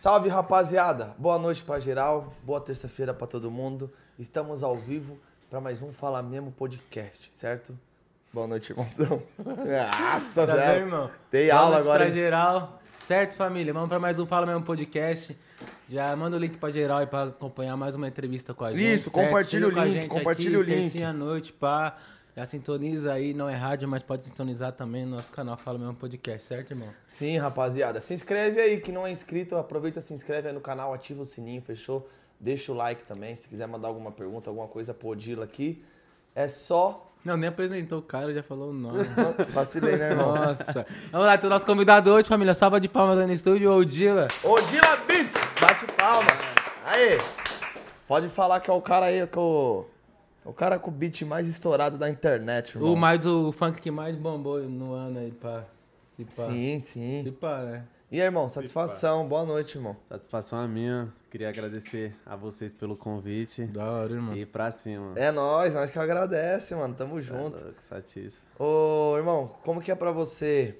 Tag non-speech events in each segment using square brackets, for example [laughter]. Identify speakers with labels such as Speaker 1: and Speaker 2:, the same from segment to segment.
Speaker 1: Salve, rapaziada. Boa noite pra geral. Boa terça-feira pra todo mundo. Estamos ao vivo pra mais um Fala Mesmo podcast, certo? Boa noite, irmãozão. [laughs] Nossa,
Speaker 2: Tá
Speaker 1: Zé.
Speaker 2: bem, irmão?
Speaker 1: Tem
Speaker 2: Boa
Speaker 1: aula
Speaker 2: noite
Speaker 1: agora,
Speaker 2: Pra
Speaker 1: hein?
Speaker 2: geral. Certo, família? Vamos pra mais um Fala Mesmo Podcast. Já manda o link pra geral aí pra acompanhar mais uma entrevista com a gente.
Speaker 1: Isso,
Speaker 2: certo?
Speaker 1: compartilha
Speaker 2: Chega
Speaker 1: o
Speaker 2: com a
Speaker 1: link,
Speaker 2: gente
Speaker 1: compartilha
Speaker 2: aqui,
Speaker 1: o link.
Speaker 2: tercinha à noite, pá. Já sintoniza aí, não é rádio, mas pode sintonizar também no nosso canal Fala Mesmo Podcast, certo, irmão?
Speaker 1: Sim, rapaziada. Se inscreve aí, que não é inscrito, aproveita, se inscreve aí no canal, ativa o sininho, fechou? Deixa o like também. Se quiser mandar alguma pergunta, alguma coisa pro Odila aqui, é só. [laughs]
Speaker 2: Não, nem apresentou o cara, já falou o nome.
Speaker 1: Vacilei, né, irmão?
Speaker 2: Nossa. Vamos lá, então nosso convidado hoje, família. Salva de palmas aí no estúdio, Odila.
Speaker 1: Odila Beats! Bate palma! Aí! Pode falar que é o cara aí, que é o. é O cara com o beat mais estourado da internet, irmão.
Speaker 2: O mais o funk que mais bombou no ano aí, pá. Se pá.
Speaker 1: Sim,
Speaker 2: Se
Speaker 1: sim.
Speaker 2: pá, né?
Speaker 1: E aí, irmão, satisfação. Boa noite, irmão.
Speaker 3: Satisfação a minha. Queria agradecer a vocês pelo convite.
Speaker 2: Da hora, irmão.
Speaker 3: E pra cima. Tá
Speaker 1: É nóis, nós que agradece, mano. Tamo junto.
Speaker 3: Louco, satis.
Speaker 1: Ô, irmão, como que é pra você?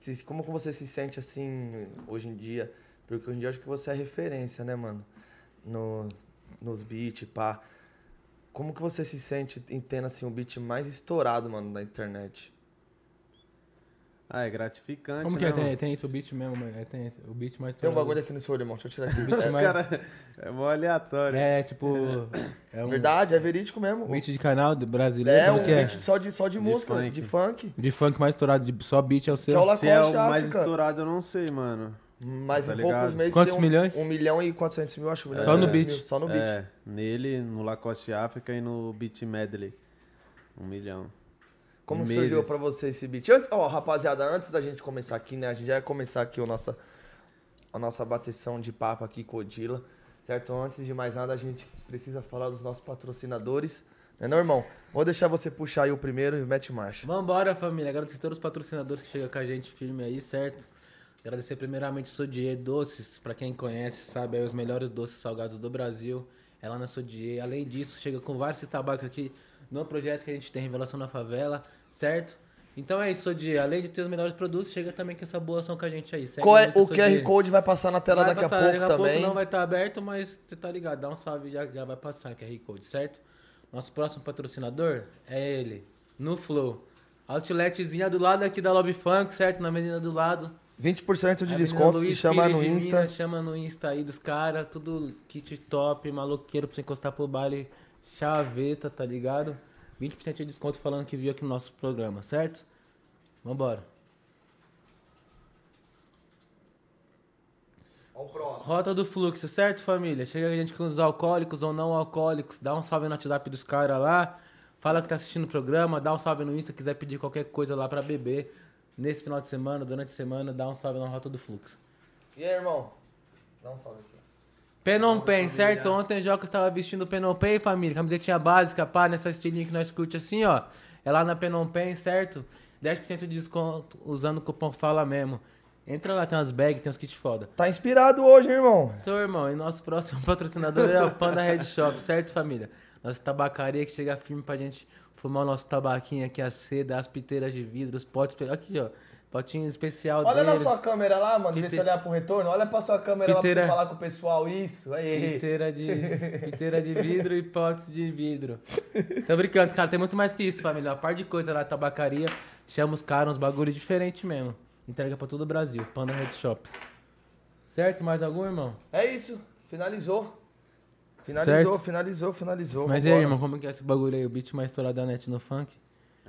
Speaker 1: Se- Como que você se sente assim hoje em dia? Porque hoje em dia eu acho que você é referência, né, mano? No, nos beats, pá. Como que você se sente em tendo assim o beat mais estourado, mano, da internet?
Speaker 3: Ah, é gratificante.
Speaker 2: Como que
Speaker 3: né,
Speaker 2: é? Tem,
Speaker 3: mano?
Speaker 2: tem isso, o beat mesmo, mano. É, tem esse- o beat mais
Speaker 1: Tem um
Speaker 2: estourado.
Speaker 1: bagulho aqui no seu olho, irmão. Deixa eu tirar
Speaker 2: [laughs]
Speaker 1: aqui. é
Speaker 3: Os cara é mó aleatório.
Speaker 2: É, tipo... É um
Speaker 1: Verdade, é verídico mesmo.
Speaker 2: beat de canal do brasileiro,
Speaker 1: É um
Speaker 2: como que é?
Speaker 1: beat só de, só de, música,
Speaker 3: funk.
Speaker 1: de funk.
Speaker 2: De funk mais estourado, de só beat é o
Speaker 1: Que é o
Speaker 2: seu.
Speaker 1: La
Speaker 3: Se é o
Speaker 1: Concha,
Speaker 3: mais
Speaker 1: África.
Speaker 3: estourado, eu não sei, mano.
Speaker 1: Mas
Speaker 3: Tá
Speaker 1: em poucos
Speaker 3: ligado?
Speaker 1: meses
Speaker 2: Quantos
Speaker 1: tem um,
Speaker 2: milhões? É.
Speaker 1: Um milhão e 400 mil, acho. um milhão
Speaker 2: Só
Speaker 1: e
Speaker 2: no
Speaker 1: 400
Speaker 2: beat.
Speaker 1: mil, Só no beat.
Speaker 3: É, nele, no Lacoste África e no Beat Medley. Um milhão.
Speaker 1: Como que
Speaker 3: Meses.
Speaker 1: surgiu pra você esse beat? Antes- Ó, rapaziada, antes da gente começar aqui, né? A gente já ia começar aqui o nossa, a nossa bateção de papo aqui com o Odila, certo? Antes de mais nada, a gente precisa falar dos nossos patrocinadores, né, não, irmão? Vou deixar você puxar aí o primeiro e mete marcha.
Speaker 2: Vambora, família. Agradecer a todos os patrocinadores que chegam com a gente firme aí, certo? Agradecer primeiramente o Sodier Doces, pra quem conhece, sabe, é os melhores doces salgados do Brasil. É lá na Sodier. Além disso, chega com vários cestas básicas aqui no projeto que a gente tem, Revelação na Favela, certo? Então é isso, Sodier. Além de ter os melhores produtos, chega também com essa boa ação com a gente aí, certo?
Speaker 1: Qual é- o QR Code vai passar na tela
Speaker 2: Vai
Speaker 1: daqui
Speaker 2: passar,
Speaker 1: a pouco
Speaker 2: daqui
Speaker 1: também.
Speaker 2: não vai estar aberto, mas você tá ligado. Dá um salve, já, já vai passar QR Code, certo? Nosso próximo patrocinador é ele, no Flow. Outletzinha do lado aqui da Love Funk, certo? Na menina do lado.
Speaker 1: 20% de
Speaker 2: A
Speaker 1: desconto, se
Speaker 2: menina É, Luiz
Speaker 1: chama
Speaker 2: Pires
Speaker 1: no
Speaker 2: de
Speaker 1: Insta.
Speaker 2: Minas, chama no Insta aí dos caras, tudo kit top, maloqueiro pra você encostar pro baile, chaveta, tá ligado? 20% de desconto falando que viu aqui no nosso programa, certo? Vambora.
Speaker 1: Ó o próximo.
Speaker 2: Rota do fluxo, certo, família? Chega a gente com os alcoólicos ou não alcoólicos, dá um salve no WhatsApp dos caras lá, fala que tá assistindo o programa, dá um salve no Insta, quiser pedir qualquer coisa lá pra beber nesse final de semana, durante a semana, dá um salve na Rota do Fluxo.
Speaker 1: E aí, irmão? Dá um salve aqui.
Speaker 2: Penon Pen, certo? Ontem o Joca estava vestindo Penon Pen, família. Camisetinha básica, pá, nessa estilinha que nós curte assim, ó. É lá na Penon Pen, certo? 10% de desconto usando o cupom FALA mesmo. Entra lá, tem umas bags, tem uns kits foda.
Speaker 1: Tá inspirado hoje, hein, irmão?
Speaker 2: Então, irmão, e nosso próximo [laughs] patrocinador é a Panda Head Shop, certo, família? Nossa tabacaria que chega firme pra gente fumar o nosso tabaquinho aqui, a seda, as piteiras de vidro, os potes. Aqui, ó. Potinho especial
Speaker 1: Olha na
Speaker 2: deles.
Speaker 1: sua câmera lá, mano, em vez de você
Speaker 2: Pite-
Speaker 1: olhar pro retorno, olha pra sua câmera lá
Speaker 2: Piteira.
Speaker 1: pra você falar com o pessoal isso. Aí.
Speaker 2: [laughs] Piteira de, piteira de vidro e potes de vidro. Tô brincando, cara. Tem muito mais que isso, família. Uma par de coisa lá, tabacaria. Chama os caras, uns bagulho diferente mesmo. Entrega pra todo o Brasil. Panda Head Shop. Certo? Mais algum, irmão?
Speaker 1: É isso, finalizou. Finalizou,
Speaker 2: Certo.
Speaker 1: finalizou, finalizou.
Speaker 2: Mas e
Speaker 1: vambora.
Speaker 2: aí, irmão, como que é esse bagulho aí? O beat mais estourado da net no funk?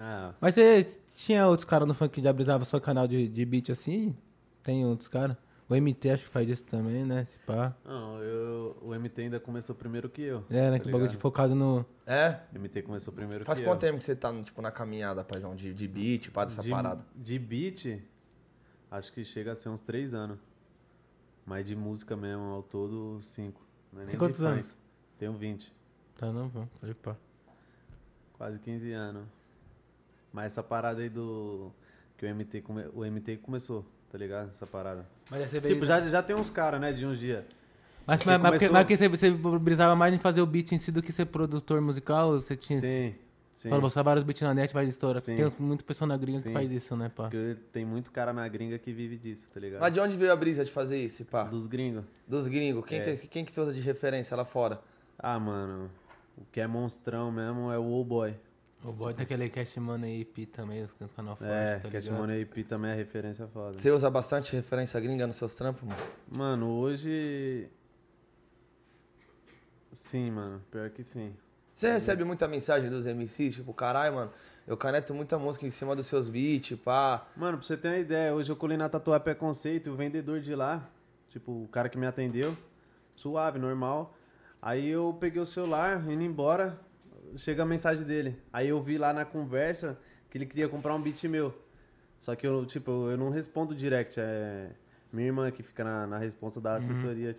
Speaker 3: Ah,
Speaker 2: Mas você tinha outros caras no funk que já brisava só canal de, de beat assim? Tem outros caras? O MT acho que faz isso também, né? Se pá.
Speaker 3: não, eu, o MT ainda começou primeiro que eu.
Speaker 2: É, né?
Speaker 3: tá
Speaker 2: que o bagulho de
Speaker 3: ligado?
Speaker 2: focado no.
Speaker 1: É?
Speaker 3: O MT começou primeiro
Speaker 1: Faz
Speaker 3: que
Speaker 1: quanto
Speaker 3: eu.
Speaker 1: tempo que você tá, tipo, na caminhada, paizão, de, de beat, pá, dessa
Speaker 3: de,
Speaker 1: parada?
Speaker 3: De beat, acho que chega a ser uns três anos. Mas de música mesmo, ao todo, cinco. Não é nem
Speaker 2: Tem quantos
Speaker 3: de funk.
Speaker 2: anos?
Speaker 3: Tenho 20.
Speaker 2: Tá, não, vamos. Pode pá.
Speaker 3: Quase 15 anos. Mas essa parada aí do. Que o MT, come- o MT começou, tá ligado? Essa parada.
Speaker 2: Mas aí você veio.
Speaker 3: Tipo, já, já tem uns caras, né? De uns dias.
Speaker 2: Mas,
Speaker 3: você
Speaker 2: mas, mas, porque-
Speaker 3: começou-
Speaker 2: mas porque você, você brisava mais em fazer o beat em si do que ser produtor musical? Você tinha.
Speaker 3: Sim, Sim.
Speaker 2: Fala, você vários beats na net, vai estourar.
Speaker 3: Sim.
Speaker 2: Tem muita pessoa na gringa que
Speaker 3: Sim.
Speaker 2: faz isso, né, pá?
Speaker 3: Porque tem muito cara na gringa que vive disso, tá ligado?
Speaker 1: Mas de onde veio a brisa de fazer isso, pá?
Speaker 3: Dos gringos.
Speaker 1: Dos gringos. Quem,
Speaker 3: É.
Speaker 1: que, quem que você usa de referência lá fora?
Speaker 3: Ah, mano. O que é monstrão mesmo é o old boy.
Speaker 2: O boy tá aquele Cash Money AP também, que tem os canal forte,
Speaker 3: É,
Speaker 2: tá
Speaker 3: Cash
Speaker 2: ligado?
Speaker 3: Money AP também é referência foda.
Speaker 1: Você usa bastante referência gringa nos seus trampos, mano?
Speaker 3: Mano, hoje. Sim, mano. Pior que sim.
Speaker 2: Uhum.
Speaker 1: Você recebe muita mensagem dos MCs, tipo, caralho, mano, eu caneto muita música em cima dos seus beats, pá.
Speaker 3: Mano, pra você ter uma ideia, hoje eu colei na Tatuapé Conceito, e o vendedor de lá, tipo, o cara que me atendeu, suave, normal. Aí eu peguei o celular, indo embora, chega a mensagem dele. Aí eu vi lá na conversa que ele queria comprar um beat meu. Só que eu, tipo, eu não respondo direct, é minha irmã que fica na, na responsa da assessoria,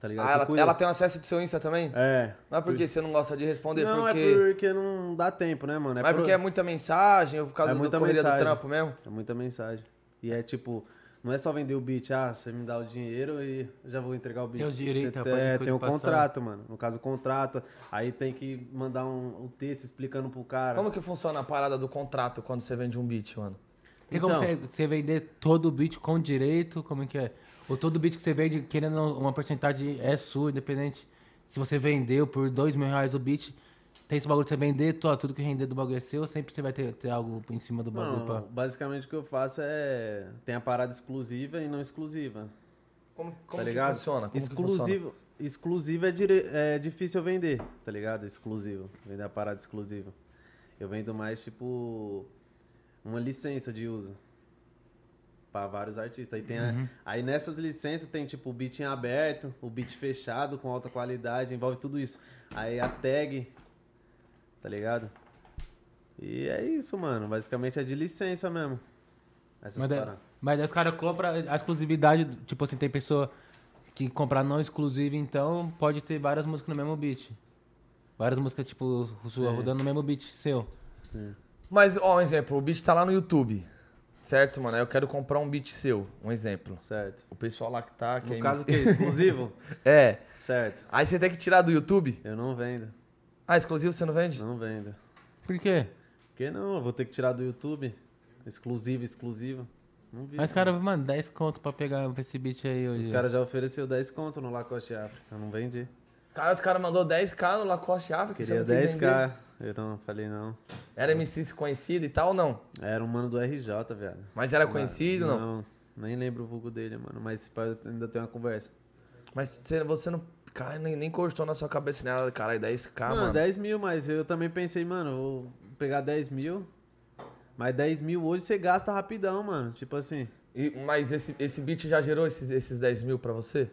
Speaker 3: tá
Speaker 1: Uhum.
Speaker 3: ligado?
Speaker 1: Ah,
Speaker 3: Que
Speaker 1: ela,
Speaker 3: cuida.
Speaker 1: ela tem um acesso do seu Insta também?
Speaker 3: É.
Speaker 1: Mas por que você não gosta de responder?
Speaker 3: Não,
Speaker 1: porque...
Speaker 3: é porque não dá tempo, né, mano?
Speaker 1: Mas
Speaker 3: por-
Speaker 1: porque é muita mensagem, ou por causa
Speaker 3: É
Speaker 1: do
Speaker 3: muita
Speaker 1: correria do
Speaker 3: mensagem.
Speaker 1: trampo mesmo?
Speaker 3: É muita mensagem. E é tipo, não é só vender o beat, ah, você me dá o dinheiro e eu já vou entregar o beat.
Speaker 2: Tem então, os direitos,
Speaker 3: Tem-
Speaker 2: rapaz, de
Speaker 3: é,
Speaker 2: coisa
Speaker 3: tem o
Speaker 2: passar.
Speaker 3: contrato, mano. No caso, o contrato. Aí tem que mandar um, um texto explicando pro cara.
Speaker 1: Como que funciona a parada do contrato quando você vende um beat, mano?
Speaker 2: Tem como
Speaker 3: Então.
Speaker 2: você, você vender todo o beat com direito, como é que é? Ou todo beat que você vende, querendo ou não, uma porcentagem é sua, independente. Se você vendeu por dois mil reais o beat, tem esse bagulho de você vender, tu, ó, tudo que render do bagulho é seu, sempre você vai ter, ter algo em cima do bagulho,
Speaker 3: Não,
Speaker 2: pá.
Speaker 3: basicamente o que eu faço é. Tem a parada exclusiva e não exclusiva.
Speaker 1: Como, como
Speaker 3: tá
Speaker 1: que
Speaker 3: ligado?
Speaker 1: funciona? Como que funciona?
Speaker 3: exclusivo. Exclusivo é, dire- é difícil eu vender, tá ligado? Exclusivo. Vender a parada exclusiva. Eu vendo mais, tipo, uma licença de uso. Pra vários artistas. Aí, tem a-
Speaker 1: Uhum.
Speaker 3: aí nessas licenças tem, tipo, o beat em aberto, o beat fechado, com alta qualidade, envolve tudo isso. Aí a tag, tá ligado? E é isso, mano. Basicamente é de licença mesmo. Essas
Speaker 2: Mas, é,
Speaker 3: paradas.
Speaker 2: mas aí os caras compram a exclusividade, tipo assim, tem pessoa que comprar não exclusiva, então pode ter várias músicas no mesmo beat. Várias músicas, tipo, sua rodando no mesmo beat seu.
Speaker 1: Mas, ó, um exemplo, o beat tá lá no YouTube, certo, mano? Aí eu quero comprar um beat seu, um exemplo.
Speaker 3: Certo.
Speaker 1: O pessoal lá que tá... Que
Speaker 3: No
Speaker 1: é
Speaker 3: caso que
Speaker 1: MC. [laughs]
Speaker 3: é exclusivo?
Speaker 1: É,
Speaker 3: certo.
Speaker 1: aí você tem que tirar do YouTube?
Speaker 3: Eu não vendo.
Speaker 1: Ah, exclusivo você não vende?
Speaker 3: Não vendo.
Speaker 2: Por quê?
Speaker 3: Por que não? Eu vou ter que tirar do YouTube. Exclusivo, exclusivo. Não vi.
Speaker 2: Mas, cara, mano, 10 conto pra pegar esse beat aí hoje.
Speaker 3: Os caras já ofereceu 10 conto no Lacoste África. Eu não vendi.
Speaker 1: Cara, os caras mandou 10k no Lacoste África, você
Speaker 3: Queria
Speaker 1: não quis vender.
Speaker 3: 10k. Eu não falei não.
Speaker 1: Era MC conhecido e tal ou não?
Speaker 3: Era um mano do RJ, viado.
Speaker 1: Mas era conhecido, não?
Speaker 3: Não, nem lembro o vulgo dele, mano. Mas esse pai eu ainda tem uma conversa.
Speaker 1: Mas você, você não... Cara, nem, nem cortou na sua cabeça nada, caralho, 10k,
Speaker 3: mano,
Speaker 1: é Tá, mano.
Speaker 3: 10 mil, mas eu também pensei, mano, eu vou pegar 10 mil. Mas 10 mil hoje você gasta rapidão, mano. Tipo assim.
Speaker 1: E- mas esse, esse beat já gerou esses, esses 10 mil pra você?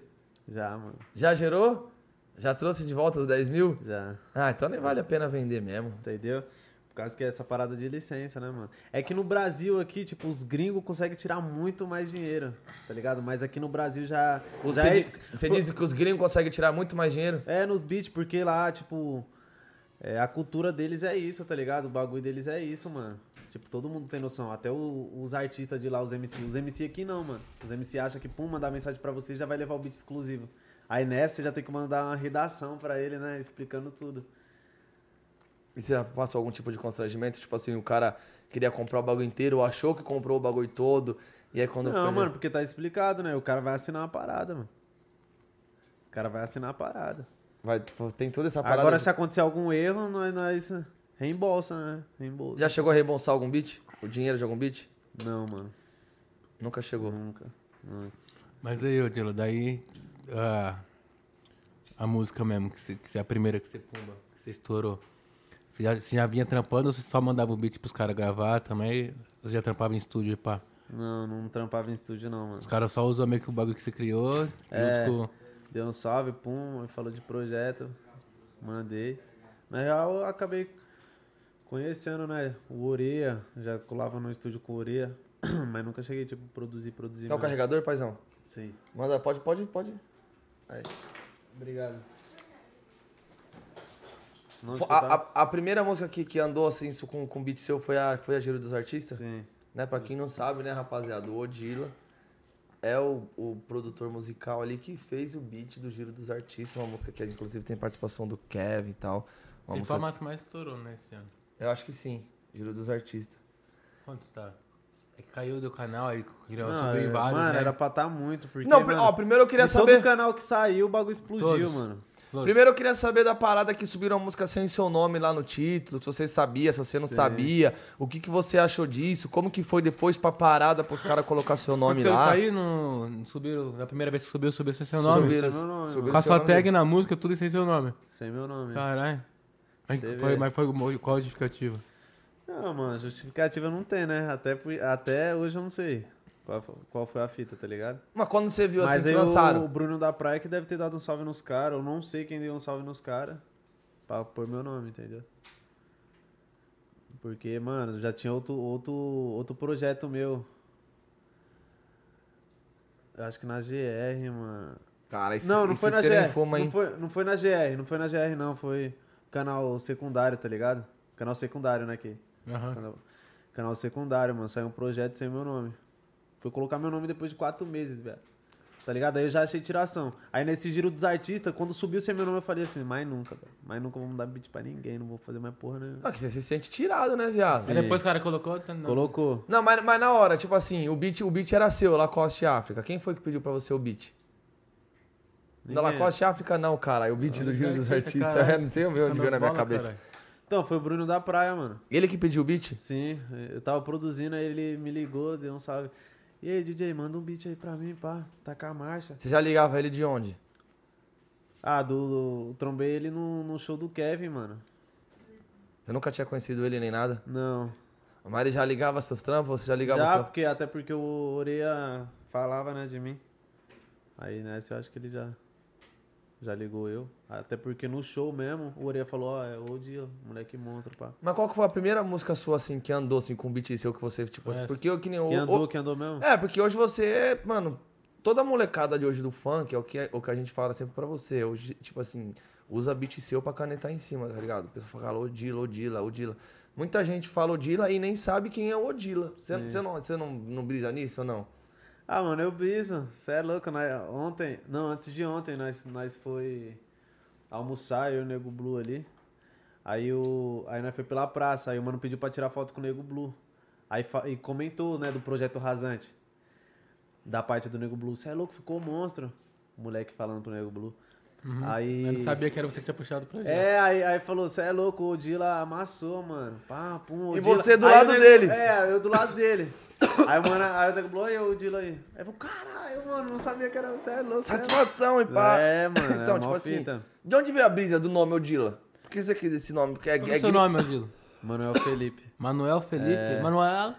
Speaker 3: Já, mano.
Speaker 1: Já gerou? Já trouxe de volta os 10 mil?
Speaker 3: Já.
Speaker 1: Ah, então nem vale a pena vender mesmo.
Speaker 3: Entendeu? Por causa que é essa parada de licença, né, mano? É que no Brasil aqui, tipo, os gringos conseguem tirar muito mais dinheiro, tá ligado? Mas aqui no Brasil já. já
Speaker 1: Você,
Speaker 3: é,
Speaker 1: diz, você diz que os gringos conseguem tirar muito mais dinheiro?
Speaker 3: é nos beats, porque lá, tipo. é, a cultura deles é isso, tá ligado? O bagulho deles é isso, mano. Tipo, todo mundo tem noção. Até o- os artistas de lá, os MC. Os MC aqui não, mano. Os MC acham que, pum, mandar mensagem pra você já vai levar o beat exclusivo. Aí nessa você já tem que mandar uma redação pra ele, né? Explicando tudo.
Speaker 1: E você já passou algum tipo de constrangimento? Tipo assim, o cara queria comprar o bagulho inteiro, ou achou que comprou o bagulho todo, e aí quando
Speaker 3: Não,
Speaker 1: foi... né?
Speaker 3: mano, porque tá explicado, né? O cara vai assinar a parada, mano. O cara vai assinar a parada.
Speaker 1: Vai, tem toda essa parada...
Speaker 3: Agora,
Speaker 1: de-
Speaker 3: se acontecer algum erro, nós, nós reembolsa, né? Reembolsa.
Speaker 1: Já chegou a reembolsar algum beat? O dinheiro de algum beat?
Speaker 3: Não, mano.
Speaker 1: Nunca chegou.
Speaker 3: Nunca. Nunca.
Speaker 2: Mas aí, ô Dilo, daí a, a música mesmo, que, você- que você- a primeira que você pumba, que você estourou. Você já, você já vinha trampando ou você só mandava o beat pros caras gravar também? Você já trampava em estúdio e pá?
Speaker 3: Não, não trampava em estúdio, não, mano.
Speaker 2: Os caras só usam meio que o bagulho que você criou,
Speaker 3: É.
Speaker 2: junto com...
Speaker 3: Deu um salve, pum, aí falou de projeto. Mandei. Na real, eu acabei conhecendo, né? O Oreia. Já colava no estúdio com o Oreia. [clears throat] Mas nunca cheguei, tipo, produzir, produzir.
Speaker 1: Quer o
Speaker 3: não.
Speaker 1: carregador, paizão?
Speaker 3: Sim.
Speaker 1: Manda, pode, pode, pode. Aí. Obrigado.
Speaker 3: Não,
Speaker 1: Fo-
Speaker 3: tipo,
Speaker 1: A,
Speaker 3: tava-
Speaker 1: a- a primeira música que, que andou assim isso com, com beat seu foi a, foi a Giro dos Artistas?
Speaker 3: Sim.
Speaker 1: Né? Pra quem não sabe, né, rapaziada, o Odila é o, o produtor musical ali que fez o beat do Giro dos Artistas, uma música que inclusive tem participação do Kevin e tal. Uma
Speaker 2: Você
Speaker 1: música-
Speaker 2: foi a música mais estourou, né, esse ano.
Speaker 1: Eu acho que sim. Giro dos artistas.
Speaker 2: Quanto tá? É que caiu do canal aí, criou,
Speaker 3: Não,
Speaker 2: subiu
Speaker 3: é-
Speaker 2: em vários,
Speaker 3: mano,
Speaker 2: né?
Speaker 3: era pra tá muito, porque.
Speaker 1: não, pri-
Speaker 3: mano,
Speaker 1: ó, primeiro eu queria
Speaker 3: de todo
Speaker 1: saber.
Speaker 3: canal que saiu, o bagulho explodiu,
Speaker 2: Todos.
Speaker 3: mano.
Speaker 2: Todos.
Speaker 1: Primeiro eu queria saber da parada que subiram a música sem seu nome lá no título, se você sabia, se você não
Speaker 3: Sim.
Speaker 1: sabia, o que, que você achou disso, como que foi depois pra parada pros caras colocar seu nome
Speaker 2: Quando
Speaker 1: lá.
Speaker 2: você saiu, não, não subiram, na primeira vez que subiu, subiu sem seu nome.
Speaker 1: Subiram-
Speaker 3: Subiu seu nome,
Speaker 1: subiram
Speaker 2: Com a
Speaker 1: seu
Speaker 2: sua
Speaker 1: nome.
Speaker 2: tag né? na música, tudo sem seu nome.
Speaker 3: Sem meu nome.
Speaker 2: Caralho. Mas
Speaker 3: Você
Speaker 2: foi,
Speaker 3: vê.
Speaker 2: mas foi mo- qual a justificativa?
Speaker 3: Não, mano, justificativa não tem, né? Até, por- até hoje eu não sei qual, fo- qual foi a fita, tá ligado?
Speaker 1: Mas quando você viu
Speaker 3: Mas
Speaker 1: assim
Speaker 3: aí
Speaker 1: que
Speaker 3: o, o
Speaker 1: lançaram?
Speaker 3: Bruno da Praia que deve ter dado um salve nos caras, eu não sei quem deu um salve nos caras pra pôr meu nome, entendeu? Porque, mano, já tinha outro, outro, outro projeto meu. Eu acho que na GR, mano.
Speaker 1: Cara, isso
Speaker 3: Não, não
Speaker 1: isso
Speaker 3: foi na
Speaker 1: que nem
Speaker 3: GR.
Speaker 1: Fuma,
Speaker 3: não,
Speaker 1: hein?
Speaker 3: foi, não foi na GR, não foi na GR, não. Foi canal secundário, tá ligado? Canal secundário, né, aqui.
Speaker 2: Aham.
Speaker 3: Canal, canal secundário, mano. Saiu um projeto sem meu nome. Fui colocar meu nome depois de quatro meses, velho. Tá ligado? Aí eu já achei tiração. Aí nesse giro dos artistas, quando subiu sem meu nome, eu falei assim, mais nunca, velho. Mais nunca eu vou mudar beat pra ninguém, não vou fazer mais porra nenhuma.
Speaker 1: Não, que você se sente tirado, né, viado?
Speaker 2: Aí depois o cara colocou. Tá, não.
Speaker 3: Colocou.
Speaker 1: Ah, Não, mas, mas na hora, tipo assim, o beat, o beat era seu, Lacoste África. Quem foi que pediu pra você o beat? Da
Speaker 3: Ninguém.
Speaker 1: Lacoste África não, cara. O beat do Giro dos Artistas. [laughs]
Speaker 2: Caralho.
Speaker 1: É, não sei onde veio na minha
Speaker 2: Bola,
Speaker 1: cabeça.
Speaker 2: caralho.
Speaker 3: Então, foi o Bruno da Praia, mano.
Speaker 1: Ele que pediu o beat?
Speaker 3: Sim, eu tava produzindo, aí ele me ligou, deu um salve. E aí, DJ, manda um beat aí pra mim, pá. Tacar a marcha.
Speaker 1: Você já ligava ele de onde?
Speaker 3: Ah, do, do- trombei ele no, no show do Kevin, mano.
Speaker 1: Eu nunca tinha conhecido ele nem nada.
Speaker 3: Não.
Speaker 1: Mas ele já ligava seus trampos? Você já ligava
Speaker 3: Já,
Speaker 1: seus trampos?
Speaker 3: porque até porque o Oreia falava, né, de mim. Aí nessa eu acho que ele já já ligou eu. Até porque no show mesmo, o Oreia falou, ó, é o dia, moleque monstro, pá.
Speaker 1: Mas qual que foi a primeira música sua, assim, que andou, assim, com o beat seu que você, tipo, assim,
Speaker 2: Essa.
Speaker 1: porque eu que nem... o-
Speaker 3: É. Que
Speaker 1: o-
Speaker 3: andou, que andou mesmo.
Speaker 1: É, porque hoje você, mano, toda molecada de hoje do funk é o que, o que a gente fala sempre pra você. Hoje, tipo assim, usa beat seu pra canetar em cima, tá ligado? O pessoal fala Odila, Odila, Odila. Muita gente fala Odila e nem sabe quem é o Odila. Você,
Speaker 3: Sim.
Speaker 1: você não, você não, não brisa nisso ou não?
Speaker 3: Ah, mano, eu biso. Você é louco, né? Ontem, não, antes de ontem, nós, nós foi almoçar, eu e o Nego Blue ali. Aí, o, aí nós foi pela praça, aí o mano pediu pra tirar foto com o Nego Blue. Aí fa- e comentou, né, do projeto Rasante. Da parte do Nego Blue. Você é louco, ficou um monstro. O moleque falando pro Nego Blue. Aí.
Speaker 2: Eu não sabia que era você que tinha puxado pra gente.
Speaker 3: É, aí, aí falou, você é louco, o Odila amassou, mano. Pá, pum,
Speaker 1: E
Speaker 3: Odila.
Speaker 1: você do
Speaker 3: Aí
Speaker 1: lado
Speaker 3: o nego-
Speaker 1: dele.
Speaker 3: É, eu do lado dele. aí, mano, aí o Nego falou, oi, o Odila aí. Aí eu falei, caralho, mano, não sabia que era você, é louco. você é louco."
Speaker 1: Satisfação, hein, pá?
Speaker 3: É, mano, é
Speaker 1: Então,
Speaker 3: mó
Speaker 1: tipo assim,
Speaker 3: fita.
Speaker 1: de onde veio a brisa do nome Odila? Por que você quis esse nome? Porque é,
Speaker 2: Qual
Speaker 1: é
Speaker 2: que é o seu
Speaker 1: gringo.
Speaker 2: nome, Odilo?
Speaker 3: Manuel Felipe.
Speaker 2: Manuel Felipe? Manuel?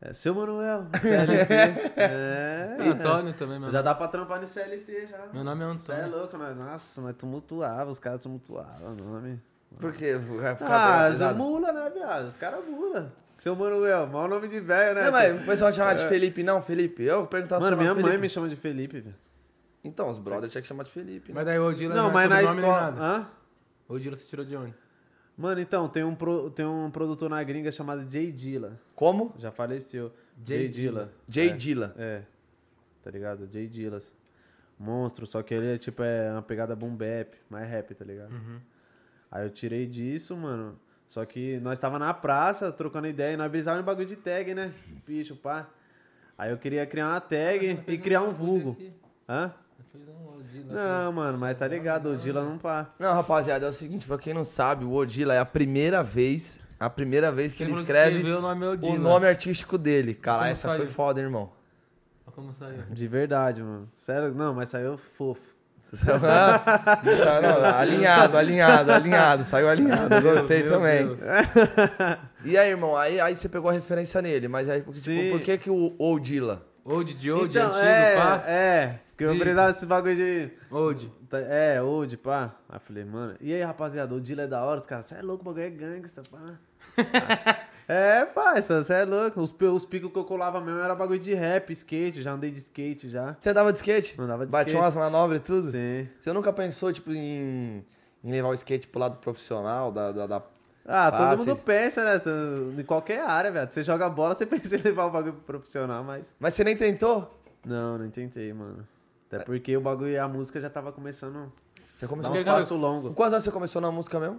Speaker 3: É, seu Manuel,
Speaker 1: [laughs]
Speaker 3: CLT. é.
Speaker 2: Antônio também, meu
Speaker 3: Já
Speaker 2: nome.
Speaker 3: dá pra trampar no CLT já.
Speaker 2: Meu nome é
Speaker 3: Você é
Speaker 2: Antônio.
Speaker 3: louco, nós, nossa, nós tumultuava, os caras tumultuavam o nome.
Speaker 1: Por quê? Vai ficar
Speaker 3: Ah, já
Speaker 1: traumatizado?
Speaker 3: mula, né, viado? Os caras mula. Seu Manuel, mau nome de velho, né?
Speaker 1: Não, mas o pessoal chamava de Felipe, não, Felipe. Eu perguntava
Speaker 3: Mano,
Speaker 1: se chamava
Speaker 3: minha mãe
Speaker 1: Felipe.
Speaker 3: me chama de Felipe, velho.
Speaker 1: Então, os brothers tinham que chamar de Felipe. né?
Speaker 2: Mas daí o Odilo
Speaker 3: Não,
Speaker 2: é
Speaker 3: mas na
Speaker 2: sobrenome nem
Speaker 3: escola. Ah.
Speaker 2: nada.
Speaker 3: Hã?
Speaker 2: O Odilo se tirou de onde?
Speaker 3: Mano, então, tem um, pro- tem um produtor na gringa chamado Jay Dilla.
Speaker 1: Como?
Speaker 3: Já faleceu.
Speaker 2: Jay
Speaker 3: Jay Dilla.
Speaker 1: J. Dilla.
Speaker 3: É. Tá ligado? Jay Dillas. Monstro, só que ele é tipo é uma pegada boom bap, mais rap, tá ligado?
Speaker 2: Uhum.
Speaker 3: Aí eu tirei disso, mano. Só que nós tava na praça trocando ideia e nós brisava em bagulho de tag, né? Bicho, pá. Aí eu queria criar uma tag e criar um vulgo. Hã?
Speaker 2: um
Speaker 3: Não, mano, mas tá ligado, o Dilla não pá.
Speaker 1: Não, rapaziada, é o seguinte, pra quem não sabe, o Odila é a primeira vez, a primeira vez que ele,
Speaker 2: não
Speaker 1: escreve
Speaker 2: escreveu o nome é Odilo.
Speaker 1: o nome artístico dele. Cara,
Speaker 2: Como
Speaker 1: essa
Speaker 2: saiu?
Speaker 1: foi foda, irmão. [laughs]
Speaker 2: Olha como saiu.
Speaker 3: De verdade, mano. Sério, não, mas saiu fofo.
Speaker 1: Não, não, alinhado, alinhado, alinhado. Saiu alinhado, gostei
Speaker 2: Meu
Speaker 1: também.
Speaker 2: Deus.
Speaker 1: E aí, irmão, aí, aí você pegou a referência nele, mas aí, tipo,
Speaker 3: Sim.
Speaker 1: por que que o Odila?
Speaker 2: Old de Old, antigo,
Speaker 3: é,
Speaker 2: pá.
Speaker 3: é, porque eu
Speaker 2: Sim.
Speaker 3: precisava desse bagulho de...
Speaker 2: Old.
Speaker 3: tá- É, old, pá. Aí eu falei, mano, e aí, rapaziada, o Dila é da hora? Os caras, você é louco, o bagulho é gangsta,
Speaker 2: [laughs]
Speaker 3: pá. é, pá, você é louco. Os, pe- os picos que eu colava mesmo era bagulho de rap, skate, já andei de skate, já.
Speaker 1: Você andava de skate?
Speaker 3: Andava de
Speaker 1: Batia
Speaker 2: um
Speaker 3: skate.
Speaker 1: umas manobras e tudo?
Speaker 3: Sim.
Speaker 1: Você nunca pensou, tipo, em, em levar o skate pro lado profissional, da- da- da
Speaker 3: Ah,
Speaker 1: Fácil.
Speaker 3: todo mundo pensa, né? tu- Em qualquer área, velho. Você joga bola, você [laughs] pensa em levar o bagulho pro profissional, mas...
Speaker 1: Mas você nem tentou?
Speaker 3: Não, não tentei, mano. Até porque o bagulho e a música já tava começando
Speaker 1: Você
Speaker 3: a dar
Speaker 1: começou
Speaker 3: uns
Speaker 1: com
Speaker 2: Legal.
Speaker 3: passos longos.
Speaker 1: quantos anos você começou na música mesmo?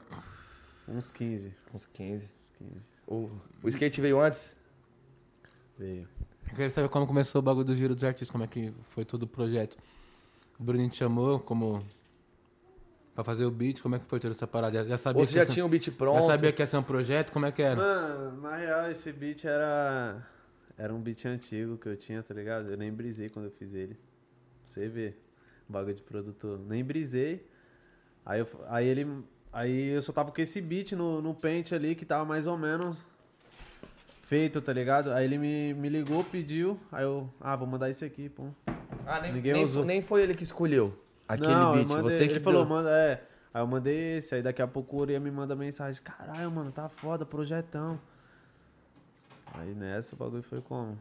Speaker 3: Uns 15.
Speaker 1: Uns 15.
Speaker 3: Uns 15.
Speaker 1: O, o skate veio antes?
Speaker 3: Veio.
Speaker 2: Eu quero saber como começou o bagulho do Giro dos Artistas, como é que foi todo o projeto. O Bruninho te chamou como... pra fazer o beat, como é que foi toda essa parada? Já- Já sabia,
Speaker 1: Ou
Speaker 2: que
Speaker 1: você já
Speaker 2: ia ser-
Speaker 1: tinha o beat
Speaker 2: já
Speaker 1: pronto?
Speaker 2: sabia que ia ser um projeto? Como é que era?
Speaker 3: Mano, na real, esse beat era. Era um beat antigo que eu tinha, tá ligado? Eu nem brisei quando eu fiz ele. Pra você ver. Bagulho de produtor. Nem brisei. Aí, eu, aí ele. Aí eu só tava com esse beat no, no pente ali que tava mais ou menos feito, tá ligado? Aí ele me, me ligou, pediu. Aí eu. Ah, vou mandar esse aqui, pum.
Speaker 1: Ah, nem,
Speaker 3: Ninguém
Speaker 1: nem-
Speaker 3: usou.
Speaker 1: nem foi ele que escolheu aquele
Speaker 3: Não, eu
Speaker 1: beat.
Speaker 3: mandei-
Speaker 1: você que
Speaker 3: ele falou,
Speaker 1: deu.
Speaker 3: manda, é. Aí eu mandei esse, aí daqui a pouco o Uria me manda mensagem. Caralho, mano, tá foda, projetão. Aí nessa o bagulho foi como?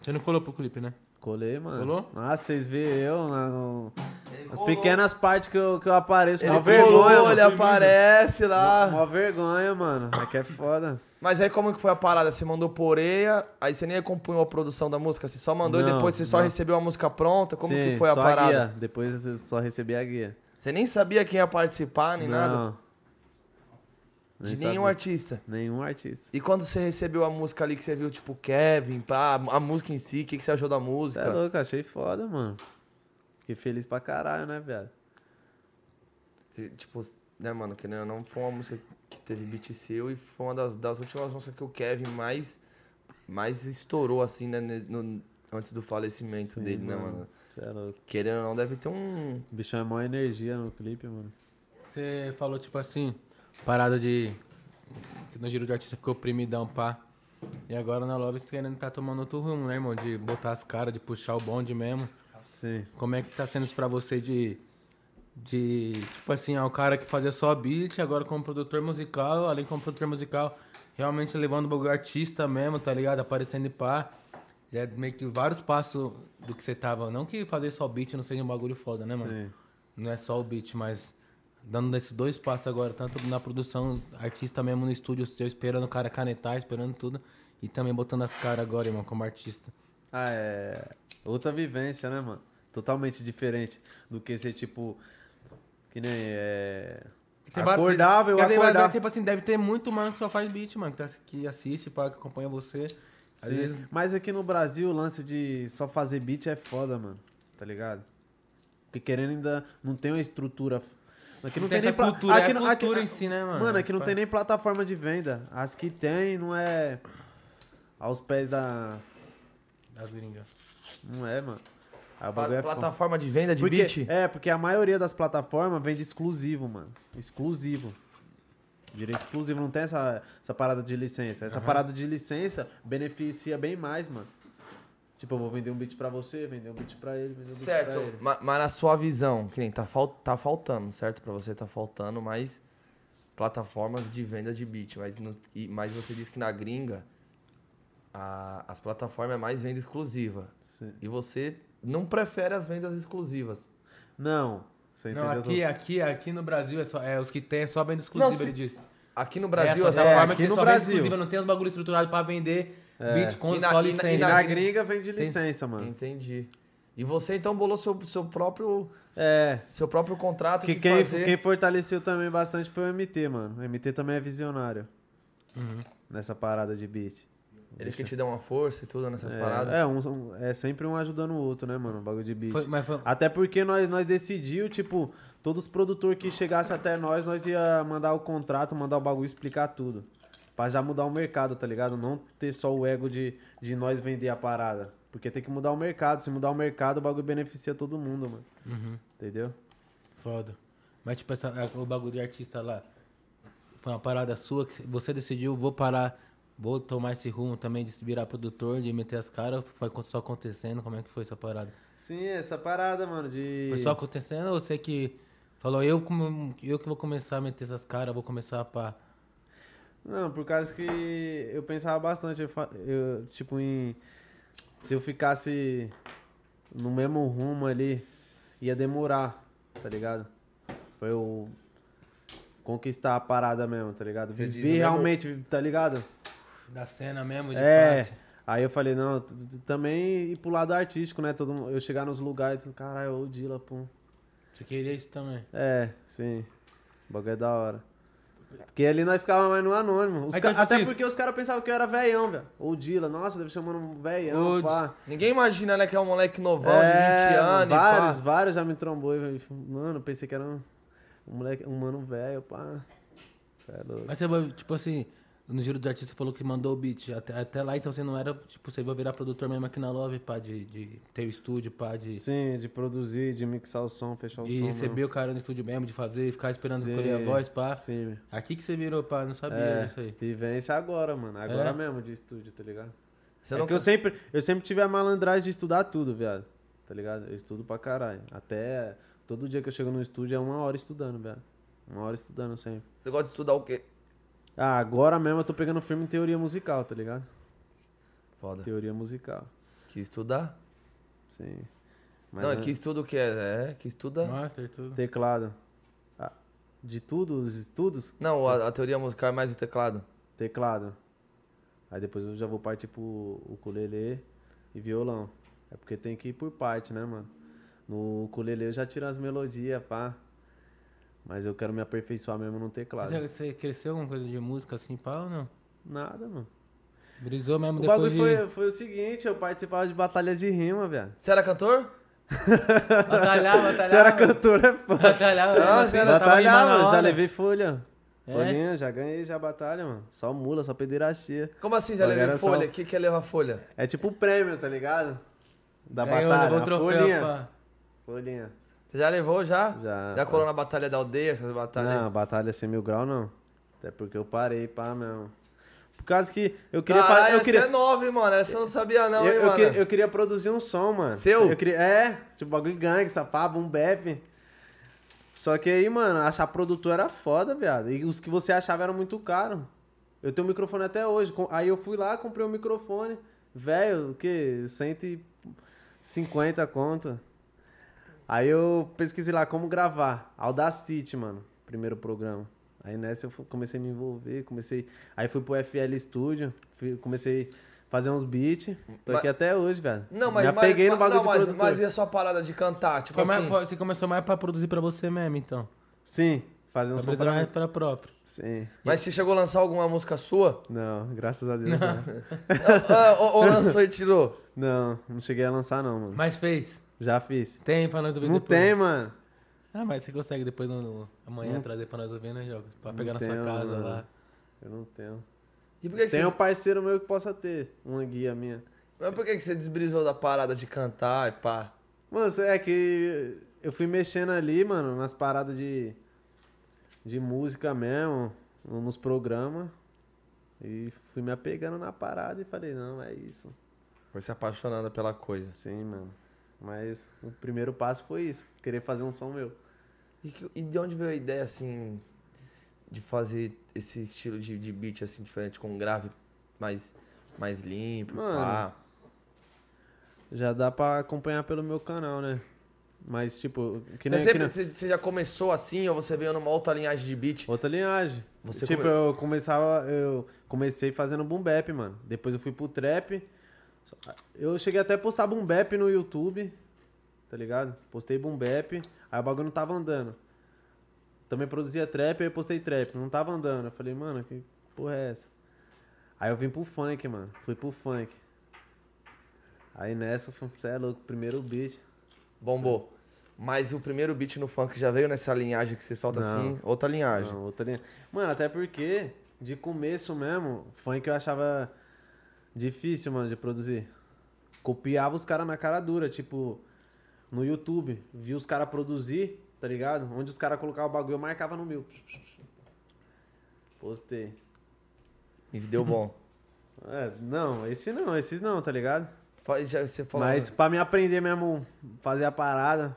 Speaker 2: Você não colou pro clipe, né?
Speaker 3: Colei, mano.
Speaker 2: Colou?
Speaker 3: Ah, vocês vê eu na, no-
Speaker 1: Ele
Speaker 3: nas
Speaker 1: colou.
Speaker 3: pequenas partes que eu, que eu apareço.
Speaker 1: Ele
Speaker 3: Mó
Speaker 1: colou,
Speaker 3: vergonha,
Speaker 1: ele
Speaker 3: mano.
Speaker 1: aparece lá.
Speaker 3: Mó vergonha, mano. É que é foda.
Speaker 1: Mas aí como que foi a parada? Você mandou por orelha, aí você nem acompanhou a produção da música, você só mandou e
Speaker 3: Não,
Speaker 1: depois você só
Speaker 3: não.
Speaker 1: recebeu a música pronta? Como
Speaker 3: Sim,
Speaker 1: que foi a
Speaker 3: só
Speaker 1: parada?
Speaker 3: guia. Depois eu só recebi a guia.
Speaker 1: Você nem sabia quem ia participar, nem nada?
Speaker 3: Não.
Speaker 1: De
Speaker 3: Nem
Speaker 1: nenhum
Speaker 3: sabia.
Speaker 1: artista.
Speaker 3: Nenhum artista.
Speaker 1: E quando você recebeu a música ali que você viu, tipo, Kevin, pá, a música em si, o que, que você achou da
Speaker 3: Você
Speaker 1: música?
Speaker 3: é louco, achei foda, mano. Fiquei feliz pra caralho, né, viado?
Speaker 1: E, Tipo, né, mano, que não- não foi uma música que teve beat seu e foi uma das, das últimas músicas que o Kevin mais, mais estourou, assim, né, ne- no- antes do falecimento
Speaker 3: Sim,
Speaker 1: dele, né, mano?
Speaker 3: Você é louco.
Speaker 1: Querendo ou não, deve ter um...
Speaker 3: O bichão é maior energia no clipe, mano.
Speaker 2: Você falou, tipo assim, parada de. que No giro de artista ficou primidão, pá. E agora na Love você querendo tá tomando outro rumo, né, irmão? De botar as caras, de puxar o bonde mesmo.
Speaker 3: Sim.
Speaker 2: Como é que tá sendo isso pra você de. De. Tipo assim, é o cara que fazia só beat, agora como produtor musical, além como produtor musical, realmente levando o bagulho artista mesmo, tá ligado? Aparecendo e pá. Já é meio que vários passos do que você tava. Não que fazer só beat não seja um bagulho foda, né, mano?
Speaker 3: Sim.
Speaker 2: Não é só o beat, mas dando esses dois passos agora, tanto na produção, artista mesmo no estúdio seu, esperando o cara canetar, esperando tudo, e também botando as caras agora, irmão, como artista.
Speaker 3: Ah, é. Outra vivência, né, mano? Totalmente diferente do que ser tipo. Que nem. É... Acordava, eu
Speaker 2: Quer dizer,
Speaker 3: acordava.
Speaker 2: Tipo assim, deve ter muito mano que só faz beat, mano, que, tá- que assiste, pá, que acompanha você. Às
Speaker 3: Sim.
Speaker 2: vezes,
Speaker 3: Mas aqui no Brasil o lance de só fazer beat é foda, mano. Tá ligado? Porque querendo ainda não tem uma estrutura. Aqui não,
Speaker 2: Não tem
Speaker 3: nem
Speaker 2: essa
Speaker 3: pla-
Speaker 2: cultura, é a
Speaker 3: aqui não-
Speaker 2: cultura em si, né, mano?
Speaker 3: Mano, aqui não
Speaker 2: Tipo,
Speaker 3: tem
Speaker 2: é.
Speaker 3: nem plataforma de venda. As que tem não é aos pés da
Speaker 2: das gringas.
Speaker 3: não é, mano. Aí o
Speaker 1: Pla-
Speaker 3: bagulho é foda.
Speaker 1: plataforma de venda de
Speaker 3: porque,
Speaker 1: beat?
Speaker 3: É, porque a maioria das plataformas vende exclusivo, mano. Exclusivo. Direito exclusivo, não tem essa, essa parada de licença. Essa parada de licença beneficia bem mais, mano. Tipo, eu vou vender um beat pra você, vender um beat pra ele, vender um beat
Speaker 1: Certo,
Speaker 3: pra ele.
Speaker 1: ma- mas, na sua visão, que nem tá, fal- tá faltando, certo? Pra você tá faltando mais plataformas de venda de beat, mas, no- e- mas você disse que na gringa a- as plataformas é mais venda exclusiva.
Speaker 3: Sim.
Speaker 1: E você não prefere as vendas exclusivas.
Speaker 3: Não, você entendeu?
Speaker 2: Não,
Speaker 1: é
Speaker 2: aqui, aqui, aqui no Brasil, é só, é, os que tem é só venda exclusiva,
Speaker 1: Não, se-
Speaker 2: ele disse.
Speaker 1: Aqui no
Speaker 2: é,
Speaker 1: Brasil, assim, essa
Speaker 2: a
Speaker 3: é,
Speaker 2: plataforma
Speaker 1: forma
Speaker 3: aqui
Speaker 2: que
Speaker 3: no
Speaker 2: só vende
Speaker 3: Brasil. É.
Speaker 2: exclusiva, não tem os bagulhos estruturados pra vender beat com
Speaker 1: E na-
Speaker 2: só
Speaker 1: e na- e
Speaker 2: licença.
Speaker 3: E
Speaker 1: na
Speaker 3: na
Speaker 1: gringa-
Speaker 3: gringa vende licença, mano.
Speaker 1: Entendi. E você então bolou seu, seu, próprio,
Speaker 3: É.
Speaker 1: seu próprio contrato
Speaker 3: Que
Speaker 1: de
Speaker 3: quem,
Speaker 1: fazer...
Speaker 3: quem fortaleceu também bastante foi o MT, mano. O MT também é visionário. Nessa parada de beat.
Speaker 1: Ele que te deu uma força e tudo nessas paradas.
Speaker 3: É, é, um, um- é sempre um ajudando o outro, né, mano? O bagulho de beat.
Speaker 2: Foi- mas foi-
Speaker 3: Até porque nós, nós decidiu, tipo, todos os produtores que chegassem até nós, nós ia mandar o contrato, mandar o bagulho explicar tudo. Pra já mudar o mercado, tá ligado? Não ter só o ego de, de nós vender a parada. Porque tem que mudar o mercado. Se mudar o mercado, o bagulho beneficia todo mundo, mano.
Speaker 2: Uhum.
Speaker 3: Entendeu?
Speaker 2: Foda. Mas, tipo, essa, a- o bagulho de artista lá foi uma parada sua que você decidiu, vou parar, vou tomar esse rumo também de se virar produtor, de meter as caras. Foi co- só acontecendo? Como é que foi essa parada?
Speaker 3: Sim, essa parada, mano, de.
Speaker 2: Foi só acontecendo ou você que falou, eu, como- eu que vou começar a meter essas caras, vou começar a pá.
Speaker 3: Não, por causa que eu pensava bastante, eu, fa- eu, tipo, em. Se eu ficasse no mesmo rumo ali, ia demorar, tá ligado? Pra eu conquistar a parada mesmo, tá ligado?
Speaker 1: Você diz no
Speaker 3: Viver
Speaker 1: mesmo-
Speaker 3: realmente, tá ligado?
Speaker 2: Da cena mesmo, de
Speaker 3: É.
Speaker 2: fato.
Speaker 3: Aí eu falei, não, t- t- também ir pro lado artístico, né? Todo, mundo- eu chegar nos lugares, tipo, caralho, ô Dila, pum.
Speaker 2: Você queria isso também.
Speaker 3: É, sim. O bagulho é da hora. Porque ali nós ficava mais no anônimo. Os
Speaker 2: Aí,
Speaker 3: ca-
Speaker 2: tipo
Speaker 3: Até
Speaker 2: assim-
Speaker 3: porque os caras pensavam que eu era velhão, velho. Ou Dila, nossa, deve chamando um velhão,
Speaker 2: Ô,
Speaker 3: pá.
Speaker 1: Ninguém imagina, né, que é um moleque novão de
Speaker 3: É,
Speaker 1: 20 anos e pá.
Speaker 3: vários, vários já me trombou. e eu falei, Mano, eu pensei que era um, um moleque, um mano velho, pá. É louco.
Speaker 2: Mas você vai, tipo assim, no giro dos artistas você falou que mandou o beat. Até, até lá, então você não era, tipo, você vai virar produtor mesmo aqui na Love, pá, de, de ter o estúdio, pá, de,
Speaker 3: Sim, de produzir, de mixar o som, fechar o
Speaker 2: de
Speaker 3: É um som.
Speaker 2: receber o cara no estúdio mesmo, de fazer, ficar esperando
Speaker 3: Sim,
Speaker 2: escolher a voz, pá.
Speaker 3: Sim.
Speaker 2: Aqui que você virou, pá, não sabia
Speaker 3: É,
Speaker 2: disso aí.
Speaker 3: vivência agora, mano. Agora
Speaker 2: É?
Speaker 3: mesmo, de estúdio, tá ligado?
Speaker 1: Você
Speaker 3: é
Speaker 1: não
Speaker 3: que eu sempre, eu sempre tive a malandragem de estudar tudo, viado. Tá ligado? Eu estudo pra caralho. Até todo dia que eu chego no estúdio é uma hora estudando, viado. Uma hora estudando sempre.
Speaker 1: Você gosta de estudar o quê?
Speaker 3: Ah, agora mesmo eu tô pegando filme em teoria musical, tá ligado?
Speaker 1: Foda.
Speaker 3: Teoria musical.
Speaker 1: Que estudar?
Speaker 3: Sim.
Speaker 1: não, é
Speaker 3: ah,
Speaker 1: que estuda o quê? É, que estuda...
Speaker 2: Master, tudo.
Speaker 3: Teclado. Ah, de tudo, os estudos?
Speaker 1: Não, a, a teoria musical é mais o teclado.
Speaker 3: Teclado. Aí depois eu já vou partir pro ukulele e violão. É porque tem que ir por parte, né, mano? No ukulele eu já tiro as melodias, pá. Mas eu quero me aperfeiçoar mesmo no teclado.
Speaker 2: Você, é, você cresceu alguma coisa de música assim, pá, ou não?
Speaker 3: Nada, mano.
Speaker 2: Brisou mesmo
Speaker 3: O
Speaker 2: depois
Speaker 3: bagulho
Speaker 2: de...
Speaker 3: foi, foi o seguinte, eu participava de batalha de rima, velho.
Speaker 1: Você era cantor?
Speaker 3: [laughs]
Speaker 2: Batalhava, batalhava.
Speaker 3: Você era cantor, é foda.
Speaker 2: Batalhava,
Speaker 1: Nossa,
Speaker 2: assim, tava rimando na
Speaker 3: Batalhava, já
Speaker 2: hora.
Speaker 3: levei folha.
Speaker 2: É?
Speaker 3: Folhinha, já ganhei, já batalha, mano. Só mula, só pederastia.
Speaker 1: Como assim já
Speaker 3: Olha,
Speaker 1: levei
Speaker 3: era só-
Speaker 1: folha? O que, que é levar folha?
Speaker 3: É tipo o prêmio, tá ligado? Da
Speaker 2: Ganhou, levou o
Speaker 3: batalha, a
Speaker 2: troféu,
Speaker 3: folhinha. Tipo
Speaker 2: pá.
Speaker 3: Folhinha.
Speaker 1: Você já levou já?
Speaker 3: Já,
Speaker 1: Já
Speaker 3: pá.
Speaker 1: colou na Batalha da Aldeia, essas batalhas?
Speaker 3: Não, batalha sem mil grau não. Até porque eu parei, pá, não. Por causa que eu queria...
Speaker 1: Caralho,
Speaker 3: fa- eu
Speaker 1: essa
Speaker 3: queria...
Speaker 1: é nova, hein, mano? Essa eu não sabia não,
Speaker 3: eu,
Speaker 1: hein,
Speaker 3: eu
Speaker 1: mano?
Speaker 3: queria, eu queria produzir um som, mano.
Speaker 1: Seu?
Speaker 3: Eu queria, é, tipo bagulho gangue, sapá, boom bap. Só que aí, mano, achar produtor era foda, viado. E os que você achava eram muito caro. Eu tenho um microfone até hoje. Com- Aí eu fui lá, comprei um microfone. Velho, o quê? 150 conto. Aí eu pesquisei lá como gravar. Audacity, mano. Primeiro programa. Aí nessa eu fu- comecei a me envolver, comecei. Aí fui pro FL Studio, fui- comecei a fazer uns beats. Tô
Speaker 1: Mas-
Speaker 3: aqui até hoje, velho.
Speaker 1: Não, mas,
Speaker 3: Me apeguei
Speaker 1: mas,
Speaker 3: no bagulho
Speaker 1: não,
Speaker 3: de
Speaker 1: mas,
Speaker 3: produtor.
Speaker 1: mas e a sua parada de cantar? Tipo
Speaker 2: Foi mais-
Speaker 1: assim,
Speaker 2: foi- é- você começou mais pra produzir pra você mesmo, então.
Speaker 3: Sim, fazer um
Speaker 2: Pra
Speaker 3: som
Speaker 2: produzir
Speaker 3: pra
Speaker 2: mais
Speaker 3: mim.
Speaker 2: pra próprio.
Speaker 3: Sim.
Speaker 1: mas você chegou a lançar alguma música sua? [laughs]
Speaker 3: Não, graças a Deus não.
Speaker 1: Ah, ou, ou lançou e tirou?
Speaker 3: Não, não cheguei a lançar não, mano.
Speaker 2: Mas fez.
Speaker 3: Já fiz.
Speaker 2: Tem pra nós ouvir
Speaker 3: Não
Speaker 2: depois.
Speaker 3: tem, mano.
Speaker 2: Ah, mas você consegue depois no- no- amanhã trazer pra nós ouvir, né, Jogos? Pra pegar na sua
Speaker 3: tenho,
Speaker 2: casa
Speaker 3: mano.
Speaker 2: lá.
Speaker 3: Eu não tenho.
Speaker 1: E por que, que
Speaker 3: Tem
Speaker 1: você,
Speaker 3: um parceiro meu que possa ter, uma guia minha.
Speaker 1: mas por que, que você desbrisou da parada de cantar e pá?
Speaker 3: Mano, cê- é que eu fui mexendo ali, mano, nas paradas de, de música mesmo, nos programas. E fui me apegando na parada e falei, não, é isso.
Speaker 1: Foi se apaixonando pela coisa.
Speaker 3: Sim, mano. Mas o primeiro passo foi isso, querer fazer um som meu.
Speaker 1: E, que- e de onde veio a ideia, assim, de fazer esse estilo de, de beat, assim, diferente, com um grave mais, mais limpo,
Speaker 3: Mano.
Speaker 1: pá?
Speaker 3: Já dá pra acompanhar pelo meu canal, né? Mas, tipo, que nem...
Speaker 1: Você,
Speaker 3: que
Speaker 1: sempre,
Speaker 3: nem-
Speaker 1: você, você já começou assim ou você veio numa outra linhagem de beat?
Speaker 3: Outra linhagem.
Speaker 1: Você
Speaker 3: tipo,
Speaker 1: come-
Speaker 3: eu começava, eu comecei fazendo boom bap, mano. Depois eu fui pro trap. Eu cheguei até a postar boom bap no YouTube, tá ligado? Postei boom bap, aí o bagulho não tava andando. Também produzia trap, aí eu postei trap, não tava andando. Eu falei, mano, que porra é essa? Aí eu vim pro funk, mano. Fui pro funk. Aí nessa, você é louco, primeiro beat.
Speaker 1: Bombou. Mas o primeiro beat no funk já veio nessa linhagem que você solta
Speaker 3: Não.
Speaker 1: assim? Outra linhagem.
Speaker 3: Não, outra linha. Mano, até porque, de começo mesmo, funk eu achava difícil, mano, de produzir. Copiava os caras na cara dura, tipo, no YouTube. Via os caras produzir, tá ligado? Onde os caras colocavam o bagulho, eu marcava no meu. Postei.
Speaker 1: E deu bom.
Speaker 3: É, não, esse não, esses não, tá ligado?
Speaker 1: Fa- já- você falou,
Speaker 3: Mas pra me aprender mesmo, fazer a parada.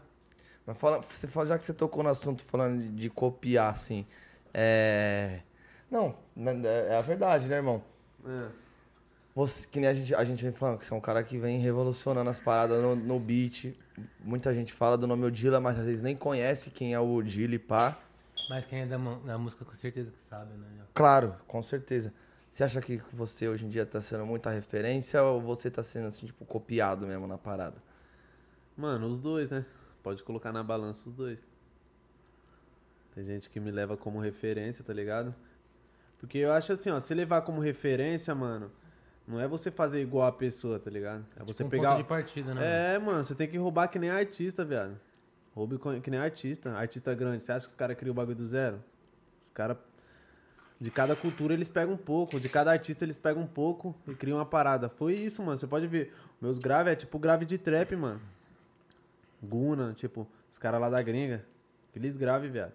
Speaker 1: Mas fala, você fala, já que você tocou no assunto falando de, de copiar, assim. É. Não, na- na- é a verdade, né, irmão?
Speaker 3: É.
Speaker 1: Você, que nem a gente, a gente vem falando, que você é um cara que vem revolucionando as paradas no, no beat. Muita gente fala do nome Odila, mas às vezes nem conhece quem é o Odila e pá.
Speaker 2: Mas quem é da, mu- da música com certeza que sabe, né, Jogos?
Speaker 1: Claro, com certeza. Você acha que você hoje em dia tá sendo muita referência ou você tá sendo assim, tipo, copiado mesmo na parada?
Speaker 3: Mano, os dois, né? Pode colocar na balança os dois. Tem gente que me leva como referência, tá ligado? Porque eu acho assim, ó, se levar como referência, mano, não é você fazer igual a pessoa, tá ligado? É você
Speaker 2: um
Speaker 3: pegar.
Speaker 2: ponto de partida, né? mano?
Speaker 3: É, mano, você tem que roubar que nem artista, viado. Roube co- que nem artista. Artista grande. Você acha que os caras criam o bagulho do zero? Os caras. De cada cultura eles pegam um pouco. De cada artista eles pegam um pouco e criam uma parada. Foi isso, mano. Você pode ver. Meus graves é tipo grave de trap, mano. Guna, tipo, os caras lá da gringa. Aqueles grave, viado.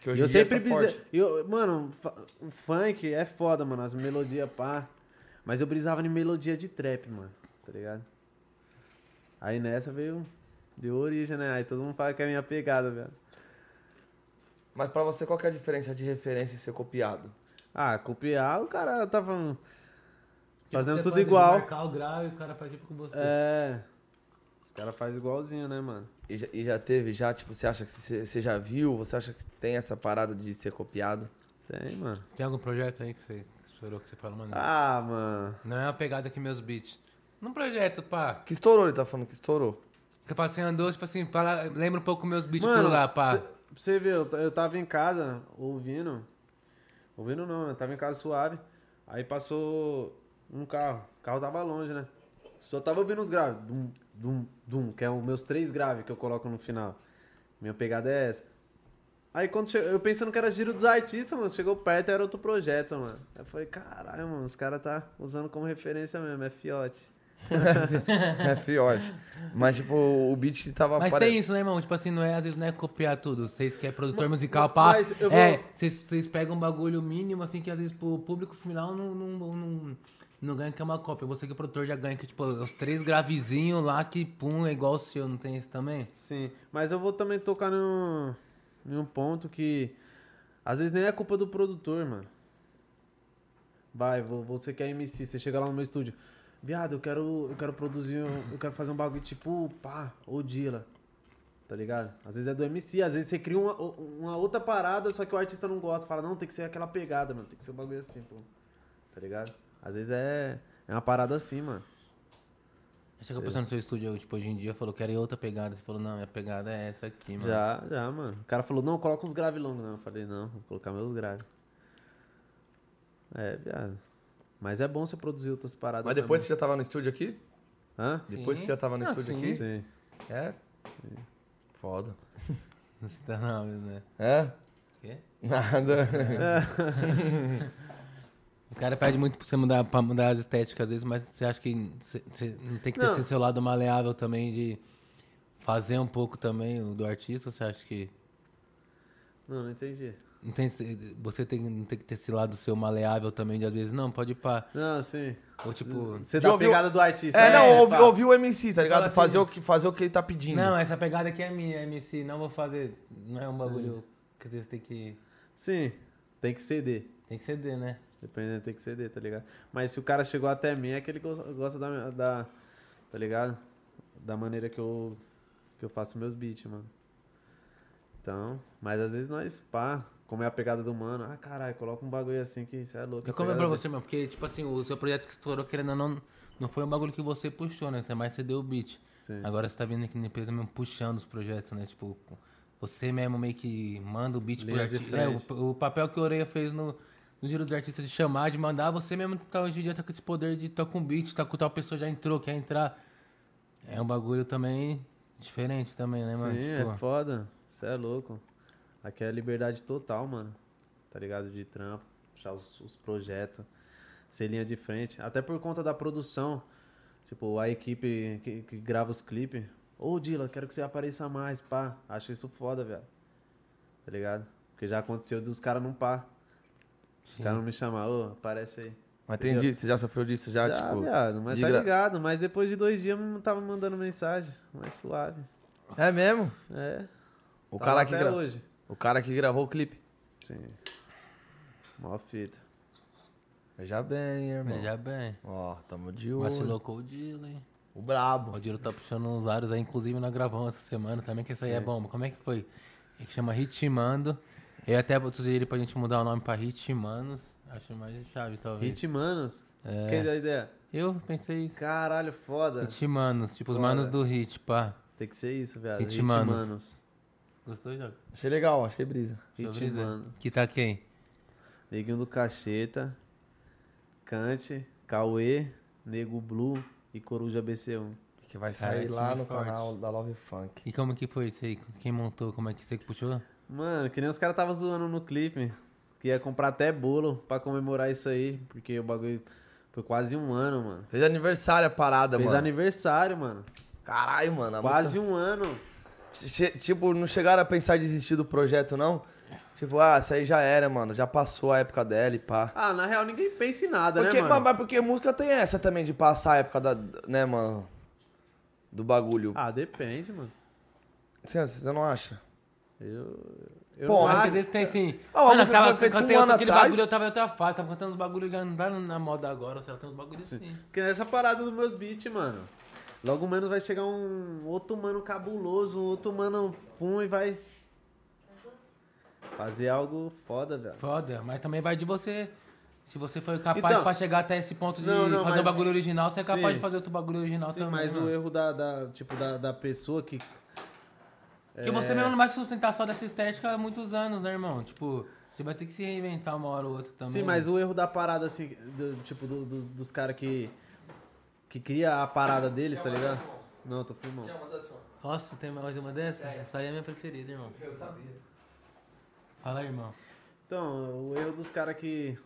Speaker 1: Que
Speaker 3: E
Speaker 1: hoje em
Speaker 3: eu
Speaker 1: dia
Speaker 3: sempre
Speaker 1: tá
Speaker 3: brisei.
Speaker 1: forte.
Speaker 3: Eu, mano, um fa- o funk é foda, mano. As melodias pá. Mas eu brisava em melodia de trap, mano. Tá ligado? Aí nessa veio de origem, né? Aí todo mundo fala que é minha pegada, velho.
Speaker 1: Mas pra você, qual que é a diferença de referência e ser copiado?
Speaker 3: Ah, copiar, o cara tava
Speaker 2: Tipo,
Speaker 3: fazendo
Speaker 2: você
Speaker 3: tudo
Speaker 2: pode
Speaker 3: igual.
Speaker 2: marcar o grave e o cara faz tipo com você.
Speaker 3: É. Os caras fazem igualzinho, né, mano?
Speaker 1: E já, e já teve, já, tipo, você acha que você você já viu? Você acha que tem essa parada de ser copiado?
Speaker 3: Tem, mano.
Speaker 2: Tem algum projeto aí que você que estourou, que você falou, mano?
Speaker 3: Ah, mano.
Speaker 2: Não é uma pegada que meus beats. Num projeto, pá.
Speaker 1: Que estourou, ele tá falando que
Speaker 2: [laughs]
Speaker 1: estourou.
Speaker 2: Que eu passei andou, tipo assim, para... lembra um pouco meus beats
Speaker 3: Mano,
Speaker 2: por lá, pá.
Speaker 3: cê- pra você ver, eu, ta- eu tava em casa ouvindo. Ouvindo não, né? Tava em casa suave. Aí passou um carro. O carro tava longe, né? Só tava ouvindo os graves. Dum, dum, dum. Que é os meus três graves que eu coloco no final. Minha pegada é essa. Aí quando chegou, eu pensando que era giro dos artistas, mano, chegou perto era outro projeto, mano. Aí eu falei, caralho, mano, os caras tá usando como referência mesmo, é fiote.
Speaker 1: é fiote. Mas, tipo, o beat tava...
Speaker 2: Mas
Speaker 1: pare-
Speaker 2: tem isso, né, irmão? Tipo assim, não é, às vezes não é copiar tudo. Vocês que é produtor musical,
Speaker 3: ma-
Speaker 2: pá.
Speaker 3: mas eu vou-
Speaker 2: É, vocês, vocês pegam um bagulho mínimo, assim, que às vezes pro público final não, não, não, não ganha que é uma cópia. Você que é produtor já ganha, que tipo, os três gravezinhos lá que pum, é igual o seu, não tem isso também?
Speaker 3: Sim, mas eu vou também tocar num, num ponto que às vezes nem é culpa do produtor, mano. Vai, vo- você que é MC, você chega lá no meu estúdio. Viado, eu quero, eu quero produzir, um- eu quero fazer um bagulho tipo, pá, Odila. Tá ligado? Às vezes é do MC, às vezes você cria uma, uma outra parada, só que o artista não gosta. Fala, não, tem que ser aquela pegada, mano. Tem que ser um bagulho assim, pô. Tá ligado? Às vezes é, é uma parada assim, mano.
Speaker 2: Chega a pessoa no seu estúdio, tipo, hoje em dia, falou, quero ir outra pegada. Você falou, não, minha pegada é essa aqui, mano.
Speaker 3: Já, já, mano. O cara falou, não, coloca uns graves longos. Não, eu falei, não, vou colocar meus graves. É, viado. Mas é bom você produzir outras paradas.
Speaker 1: Mas depois você
Speaker 3: também.
Speaker 1: já tava no estúdio aqui?
Speaker 3: Hã?
Speaker 1: Depois
Speaker 2: Sim.
Speaker 1: você já tava no
Speaker 2: Ah,
Speaker 1: estúdio
Speaker 2: sim.
Speaker 1: aqui?
Speaker 3: Sim.
Speaker 1: É? Foda.
Speaker 2: Não cita [laughs] nomes, né?
Speaker 1: É? [laughs]
Speaker 2: Quê?
Speaker 1: Nada.
Speaker 2: O cara pede muito pra você mudar, pra mudar as estéticas às vezes, mas você acha que você- você não tem que ter
Speaker 3: Não.
Speaker 2: esse seu lado maleável também de fazer um pouco também o do artista? ou Você acha que
Speaker 3: Não, não entendi.
Speaker 2: não tem, esse- você tem, não tem que ter esse lado seu maleável também de às vezes, não, pode ir pra...
Speaker 3: Não, sim.
Speaker 2: Ou tipo,
Speaker 3: Você
Speaker 1: Já
Speaker 3: dá a
Speaker 1: ouviu-
Speaker 3: pegada do artista.
Speaker 1: É,
Speaker 3: né?
Speaker 1: não, ouvi,
Speaker 3: Fala.
Speaker 1: ouvi o MC, tá ligado?
Speaker 2: Fala assim.
Speaker 1: fazer, o que, fazer o que ele tá pedindo.
Speaker 2: não, essa pegada aqui é minha, MC, não vou fazer, não é um bagulho que às vezes tem que,
Speaker 3: Sim, tem que ceder.
Speaker 2: tem que ceder, né?
Speaker 3: Dependendo, tem que ceder, tá ligado? Mas se o cara chegou até mim, é que ele gosta, gosta da, minha- da. Tá ligado? Da maneira que eu, que eu faço meus beats, mano. Então, mas às vezes nós, pá, como é a pegada do mano, ah, caralho, coloca um bagulho assim que isso é louco.
Speaker 2: E
Speaker 3: a
Speaker 2: como é pra
Speaker 3: pegada
Speaker 2: você, mano? Porque, tipo assim, o seu projeto que estourou, querendo ou não, não foi um bagulho que você puxou, né? Você mais cedeu o beat.
Speaker 3: Sim.
Speaker 2: Agora você tá vendo aqui na empresa mesmo puxando os projetos, né? Tipo, você mesmo meio que manda o beat pro
Speaker 3: Linha de
Speaker 2: artista. É,
Speaker 3: frente.
Speaker 2: o, o papel que o Oreia fez no, no Giro dos Artistas de chamar, de mandar, você mesmo tá, hoje em dia tá com esse poder de tocar um beat, tá com tal pessoa já entrou, quer entrar. É um bagulho também diferente também, né,
Speaker 3: Sim,
Speaker 2: mano?
Speaker 3: é foda. Você é louco. Aqui é liberdade total, mano. Tá ligado? De trampo, puxar os, os projetos, ser linha de frente. Até por conta da produção. Tipo, a equipe que, que grava os clipes. Ô, Dila, quero que você apareça mais, pá. Acho isso foda, velho. Tá ligado? Porque já aconteceu dos caras não pá. Os caras não me chamar, ô, aparece aí.
Speaker 1: Mas tem
Speaker 3: Entendeu?
Speaker 1: disso, você já sofreu disso já,
Speaker 3: já,
Speaker 1: tipo.
Speaker 3: viado, mas
Speaker 1: de
Speaker 3: tá
Speaker 1: gra-
Speaker 3: ligado. Mas depois de dois dias eu tava mandando mensagem. Mais suave.
Speaker 1: É mesmo?
Speaker 3: É.
Speaker 1: O
Speaker 3: Tá
Speaker 1: cara,
Speaker 3: lá
Speaker 1: que
Speaker 3: até
Speaker 1: gra-
Speaker 3: hoje.
Speaker 1: o cara que gravou o clipe.
Speaker 3: Sim. Mó fita.
Speaker 1: Veja bem, irmão.
Speaker 2: Veja bem.
Speaker 1: Ó, tamo de olho.
Speaker 2: Vacilou com o Dilo, hein?
Speaker 1: O brabo.
Speaker 2: O Dilo tá puxando vários aí, inclusive nós gravamos essa semana também, que essa aí é bomba. Como é que foi? Ele chama Ritmando. Eu até vou sugerir pra gente mudar o nome pra Ritmanos. Acho mais chave, talvez.
Speaker 3: Hitmanos? Quem deu a ideia?
Speaker 2: Eu pensei isso.
Speaker 3: Caralho, foda.
Speaker 2: Ritmanos, tipo os
Speaker 3: Bora.
Speaker 2: manos do hit, pá.
Speaker 3: Tem que ser isso, viado.
Speaker 2: Hitmanos.
Speaker 3: Hitmanos.
Speaker 2: Gostou, Joca?
Speaker 1: Achei legal, achei brisa.
Speaker 3: Ritmando.
Speaker 2: Que tá quem?
Speaker 3: Neguinho do Cacheta, Cante, Cauê, Nego Blue e Coruja BC1.
Speaker 1: Que vai
Speaker 2: Cara,
Speaker 1: sair
Speaker 2: time
Speaker 1: lá no
Speaker 2: forte.
Speaker 1: canal da Love Funk.
Speaker 2: E como que foi isso aí? Quem montou? Como é que você que puxou?
Speaker 3: Mano, que nem os caras estavam zoando no clipe, que ia comprar até bolo pra comemorar isso aí, porque o bagulho foi quase um ano, mano.
Speaker 1: Fez aniversário a parada,
Speaker 3: Fez
Speaker 1: mano.
Speaker 3: aniversário, mano.
Speaker 1: Caralho, mano. a
Speaker 3: Quase um ano.
Speaker 1: música- Che- Tipo, não chegaram a pensar em desistir do projeto, não? Tipo, ah, isso aí já era, mano. Já passou a época dela e pá.
Speaker 3: Ah, na real, ninguém pensa em nada,
Speaker 1: Porque,
Speaker 3: né,
Speaker 1: mas,
Speaker 3: mano?
Speaker 1: mas porque música tem essa também de passar a época da. né, mano? Do bagulho.
Speaker 3: Ah, depende, mano.
Speaker 1: Você, você não acha?
Speaker 3: Eu. eu
Speaker 1: Pô,
Speaker 3: não
Speaker 1: mas
Speaker 3: acho-
Speaker 2: Às vezes tem assim.
Speaker 1: Ah, o
Speaker 2: mano, eu
Speaker 1: Lucas
Speaker 2: tava,
Speaker 1: foi feito
Speaker 2: cantei
Speaker 1: um
Speaker 2: outro-
Speaker 1: ano
Speaker 2: aquele
Speaker 1: atrás.
Speaker 2: bagulho, eu tava em outra fase, tava cantando uns bagulho que não tá na moda agora, será tem uns bagulhos assim.
Speaker 3: Porque nessa parada dos meus beats, mano. Logo menos vai chegar um outro mano cabuloso, um outro mano fum e vai. Fazer algo foda, velho.
Speaker 2: Foda, mas também vai de você. Se você foi capaz
Speaker 3: Então-
Speaker 2: pra chegar até esse ponto de
Speaker 3: Não, não,
Speaker 2: fazer o
Speaker 3: mas-
Speaker 2: bagulho original, você é capaz
Speaker 3: Sim.
Speaker 2: de fazer outro bagulho original
Speaker 3: Sim,
Speaker 2: também.
Speaker 3: mas
Speaker 2: mano.
Speaker 3: o erro da, da- tipo, da, da pessoa que.
Speaker 2: Porque
Speaker 3: é.
Speaker 2: você mesmo não vai se sustentar só dessa estética há muitos anos, né, irmão? Tipo, você vai ter que se reinventar uma hora ou outra também.
Speaker 3: Sim, mas o erro da parada, assim, do- tipo, do- do- dos caras que. Que cria a parada deles, tá ligado? Não, tô filmando.
Speaker 2: Nossa, tem mais uma dessa? Essa aí é a minha preferida, irmão. Eu sabia. Fala aí, irmão.
Speaker 3: Então, o erro dos caras que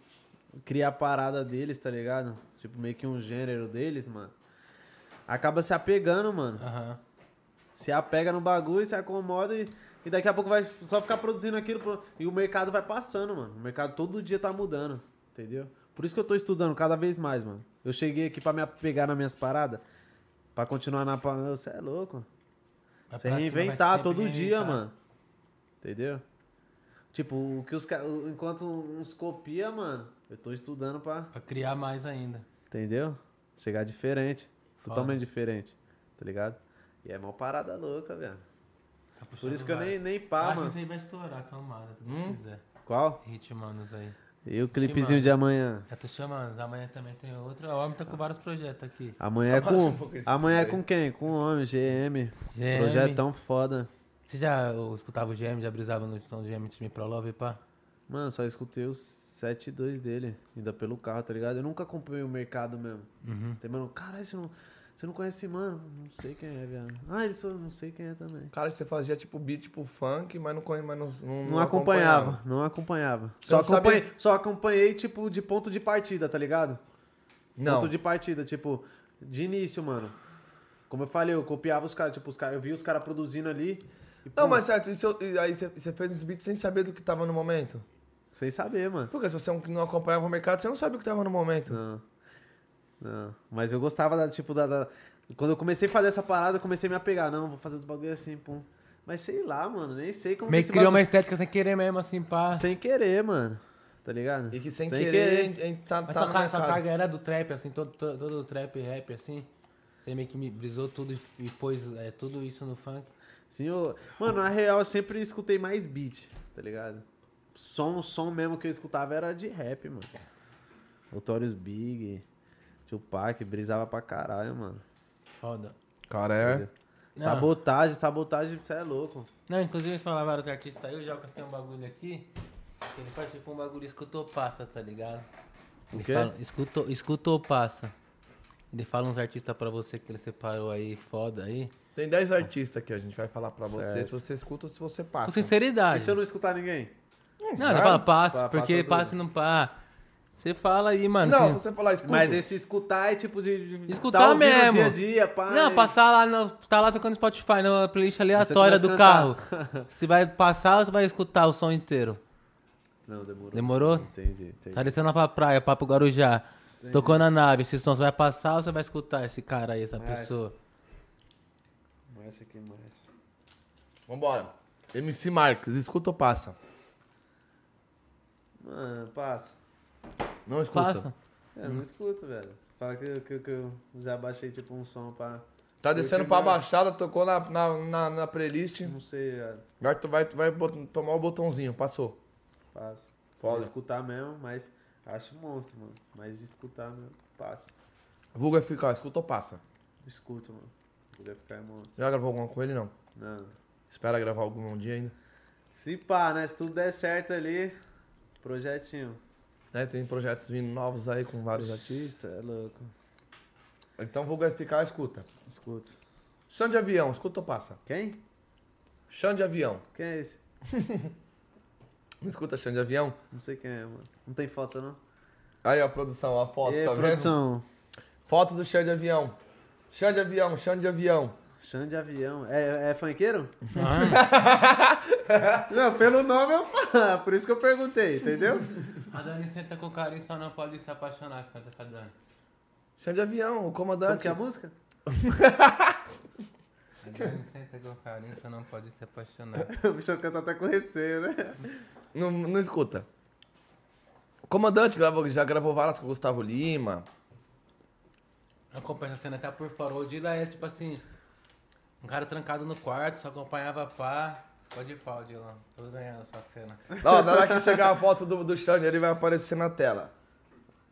Speaker 3: cria a parada deles, tá ligado? Tipo, meio que um gênero deles, mano. Acaba se apegando, mano.
Speaker 2: Aham.
Speaker 3: Se apega no bagulho, se acomoda e, e daqui a pouco vai só ficar produzindo aquilo. pro- E o mercado vai passando, mano. O mercado todo dia tá mudando, entendeu? Por isso que eu tô estudando cada vez mais, mano. Eu cheguei aqui pra me apegar nas minhas paradas. Pra continuar na parada. Você é louco.
Speaker 2: Vai
Speaker 3: Você
Speaker 2: pra cima, vai
Speaker 3: reinventar
Speaker 2: sempre
Speaker 3: todo dia,
Speaker 2: reinventar.
Speaker 3: mano. Entendeu? Tipo, o que os ca- o- enquanto uns copia, mano, eu tô estudando pra.
Speaker 2: Pra criar mais ainda.
Speaker 3: Entendeu? Chegar diferente.
Speaker 2: Foda.
Speaker 3: Totalmente diferente. Tá ligado? E é mó parada louca, velho.
Speaker 2: Tá
Speaker 3: Por
Speaker 2: puxando
Speaker 3: isso que eu nem,
Speaker 2: várias.
Speaker 3: nem
Speaker 2: Eu
Speaker 3: pá,
Speaker 2: Acho que
Speaker 3: mano. Hum?
Speaker 2: isso aí vai estourar, tomara, se Deus quiser.
Speaker 3: Qual?
Speaker 2: Ritmanos aí.
Speaker 3: E o clipezinho de amanhã?
Speaker 2: Já tô chamando, amanhã também tem outra. O homem tá com vários projetos aqui.
Speaker 3: Amanhã é
Speaker 2: um
Speaker 3: com. Amanhã é com quem? Com o homem, GM.
Speaker 2: GM.
Speaker 3: Projetão foda.
Speaker 2: Você já ô, escutava o GM, já brisava no som do GM Time Pro Love, pá?
Speaker 3: Mano, só escutei os 7.2 dele, ainda pelo carro, tá ligado? Eu nunca acompanhei o mercado mesmo.
Speaker 1: Uhum.
Speaker 3: Tem mano, caralho, você não, você não conhece esse mano? Não sei quem é, viado. Ah, ele só não sei quem é também.
Speaker 1: Cara, você fazia tipo beat tipo funk, mas não conhe- mas não, não,
Speaker 3: Não, acompanhava, não acompanhava. Só
Speaker 1: não sabia-
Speaker 3: acompanhei, só acompanhei, tipo, de ponto de partida, tá ligado?
Speaker 1: Não.
Speaker 3: Ponto de partida, tipo, de início, mano. Como eu falei, eu copiava os caras, tipo, os caras, eu via os caras produzindo ali. e,
Speaker 1: Não,
Speaker 3: pum,
Speaker 1: mas certo, isso eu- e aí você- você fez uns beats sem saber do que tava no momento.
Speaker 3: Sem saber, mano.
Speaker 1: Porque se você é um não- não acompanhava o mercado, você não sabe o que tava no momento.
Speaker 3: Não. Não. Mas eu gostava da, tipo, da, da- Quando eu comecei a fazer essa parada, eu comecei a me apegar. Não, vou fazer os bagulho assim, pum. Mas sei lá, mano, nem sei como
Speaker 2: Meio
Speaker 3: esse
Speaker 2: que criou uma
Speaker 3: bagulho-
Speaker 2: estética sem querer mesmo, assim, pá.
Speaker 3: Sem querer, mano. Tá ligado?
Speaker 1: E que sem, querer, en- en- tá,
Speaker 2: Mas
Speaker 1: tá
Speaker 2: sua,
Speaker 1: no
Speaker 2: ca- sua
Speaker 1: mercado.
Speaker 2: carga era do trap, assim, todo, todo, todo o trap e rap, assim. Você meio que me brisou tudo e e pôs é, tudo isso no funk.
Speaker 3: Sim, eu... Mano, na real, eu sempre escutei mais beat, tá ligado? Som, som mesmo que eu escutava era de rap, mano. Notorious Big, Tupac, brisava pra caralho, mano.
Speaker 2: Foda.
Speaker 1: Cara, é.
Speaker 2: Não.
Speaker 3: Sabotagem, sabotagem, você é louco.
Speaker 2: Não, inclusive eles falaram vários artistas aí, o Jocas tem um bagulho aqui. que Ele faz tipo um bagulho escutou passa, tá ligado?
Speaker 3: O
Speaker 2: Ele
Speaker 3: quê?
Speaker 2: fala, escutou, escutou passa. Ele fala uns artistas pra você que ele separou aí, foda aí.
Speaker 1: Tem 10 artistas que a gente vai falar pra você,
Speaker 3: Certo.
Speaker 1: se você escuta ou se você
Speaker 2: Com
Speaker 1: passa.
Speaker 2: sinceridade.
Speaker 3: E se eu não escutar ninguém?
Speaker 2: Não,
Speaker 1: Claro.
Speaker 2: você fala passa,
Speaker 3: Passa
Speaker 2: porque
Speaker 3: tudo.
Speaker 2: passa e não pá. Você fala aí, mano.
Speaker 1: Não,
Speaker 2: assim-
Speaker 1: se você falar escuta.
Speaker 3: Mas esse escutar é tipo de. de-
Speaker 2: Escutar
Speaker 3: tá ouvindo
Speaker 2: mesmo.
Speaker 3: dia a dia, pá.
Speaker 2: Não,
Speaker 3: e-
Speaker 2: passar lá, no, tá lá tocando Spotify, na playlist aleatória
Speaker 3: começa a
Speaker 2: do carro.
Speaker 3: cantar. [laughs]
Speaker 2: Você vai passar ou você vai escutar o som inteiro?
Speaker 3: Não, demorou.
Speaker 2: Demorou?
Speaker 3: Entendi, entendi.
Speaker 2: Tá descendo lá pra praia, papo Guarujá. Tocou na nave, esse som você vai passar ou você vai escutar esse cara aí, essa
Speaker 3: É,
Speaker 2: pessoa?
Speaker 3: Marcha aqui, marcha.
Speaker 1: Vambora. MC Marques, escuta ou passa?
Speaker 3: Mano, passa.
Speaker 1: Não escuta.
Speaker 2: Passa.
Speaker 3: É,
Speaker 2: Hum.
Speaker 3: eu não escuto, velho. Fala que, eu- que, eu- que eu já baixei tipo um som pra.
Speaker 1: Tá descendo
Speaker 3: Curte
Speaker 1: pra
Speaker 3: mais.
Speaker 1: baixada, tocou na, na, na, na playlist.
Speaker 3: Não sei, é, velho.
Speaker 1: Vai, vai, vai bot- tomar o botãozinho, passou.
Speaker 3: Passa.
Speaker 1: Foda.
Speaker 3: De escutar mesmo, mas acho monstro, mano. Mas de escutar mesmo, passa.
Speaker 1: Vulga ficar, escuta ou passa?
Speaker 3: Escuto, mano. Podia ficar monstro.
Speaker 1: Já gravou alguma com ele, não?
Speaker 3: Não.
Speaker 1: Espera gravar algum dia ainda.
Speaker 3: Se pá, né? Se tudo der certo ali, projetinho.
Speaker 1: Né, tem projetos vindo novos aí com vários artistas.
Speaker 3: Isso é louco.
Speaker 1: Então vou ficar, escuta.
Speaker 3: Escuta.
Speaker 1: Chão de avião, escuta ou passa?
Speaker 3: Quem?
Speaker 1: Chão de avião.
Speaker 3: Quem é esse?
Speaker 1: Não escuta chão de avião?
Speaker 3: Não sei quem é, mano. Não tem foto, não?
Speaker 1: Aí, ó, produção, a foto,
Speaker 3: e aí,
Speaker 1: tá vendo?
Speaker 3: produção?
Speaker 1: Foto do chão de avião. Chão de avião, chão de avião.
Speaker 3: Chão de avião. É, é funkeiro? [laughs] Não, pelo nome eu falo. Por isso que eu perguntei, entendeu?
Speaker 2: A Dani senta com carinho, só não pode se apaixonar, canta com a Dani.
Speaker 1: Chão de avião, o
Speaker 3: Como
Speaker 1: comandante.
Speaker 3: que é a música? [laughs]
Speaker 2: A Dani senta com carinho, só não pode se apaixonar.
Speaker 3: O bicho canta até com receio, né?
Speaker 1: Não, não escuta. O comandante gravou, já gravou várias com o Gustavo Lima.
Speaker 2: Acompanha a cena até por paródia. E lá é tipo assim: um cara trancado no quarto, só acompanhava a pá. Pode ir pau, Dylan. Tô ganhando essa cena.
Speaker 1: Ó, na hora que chegar a foto do, do chão, ele vai aparecer na tela.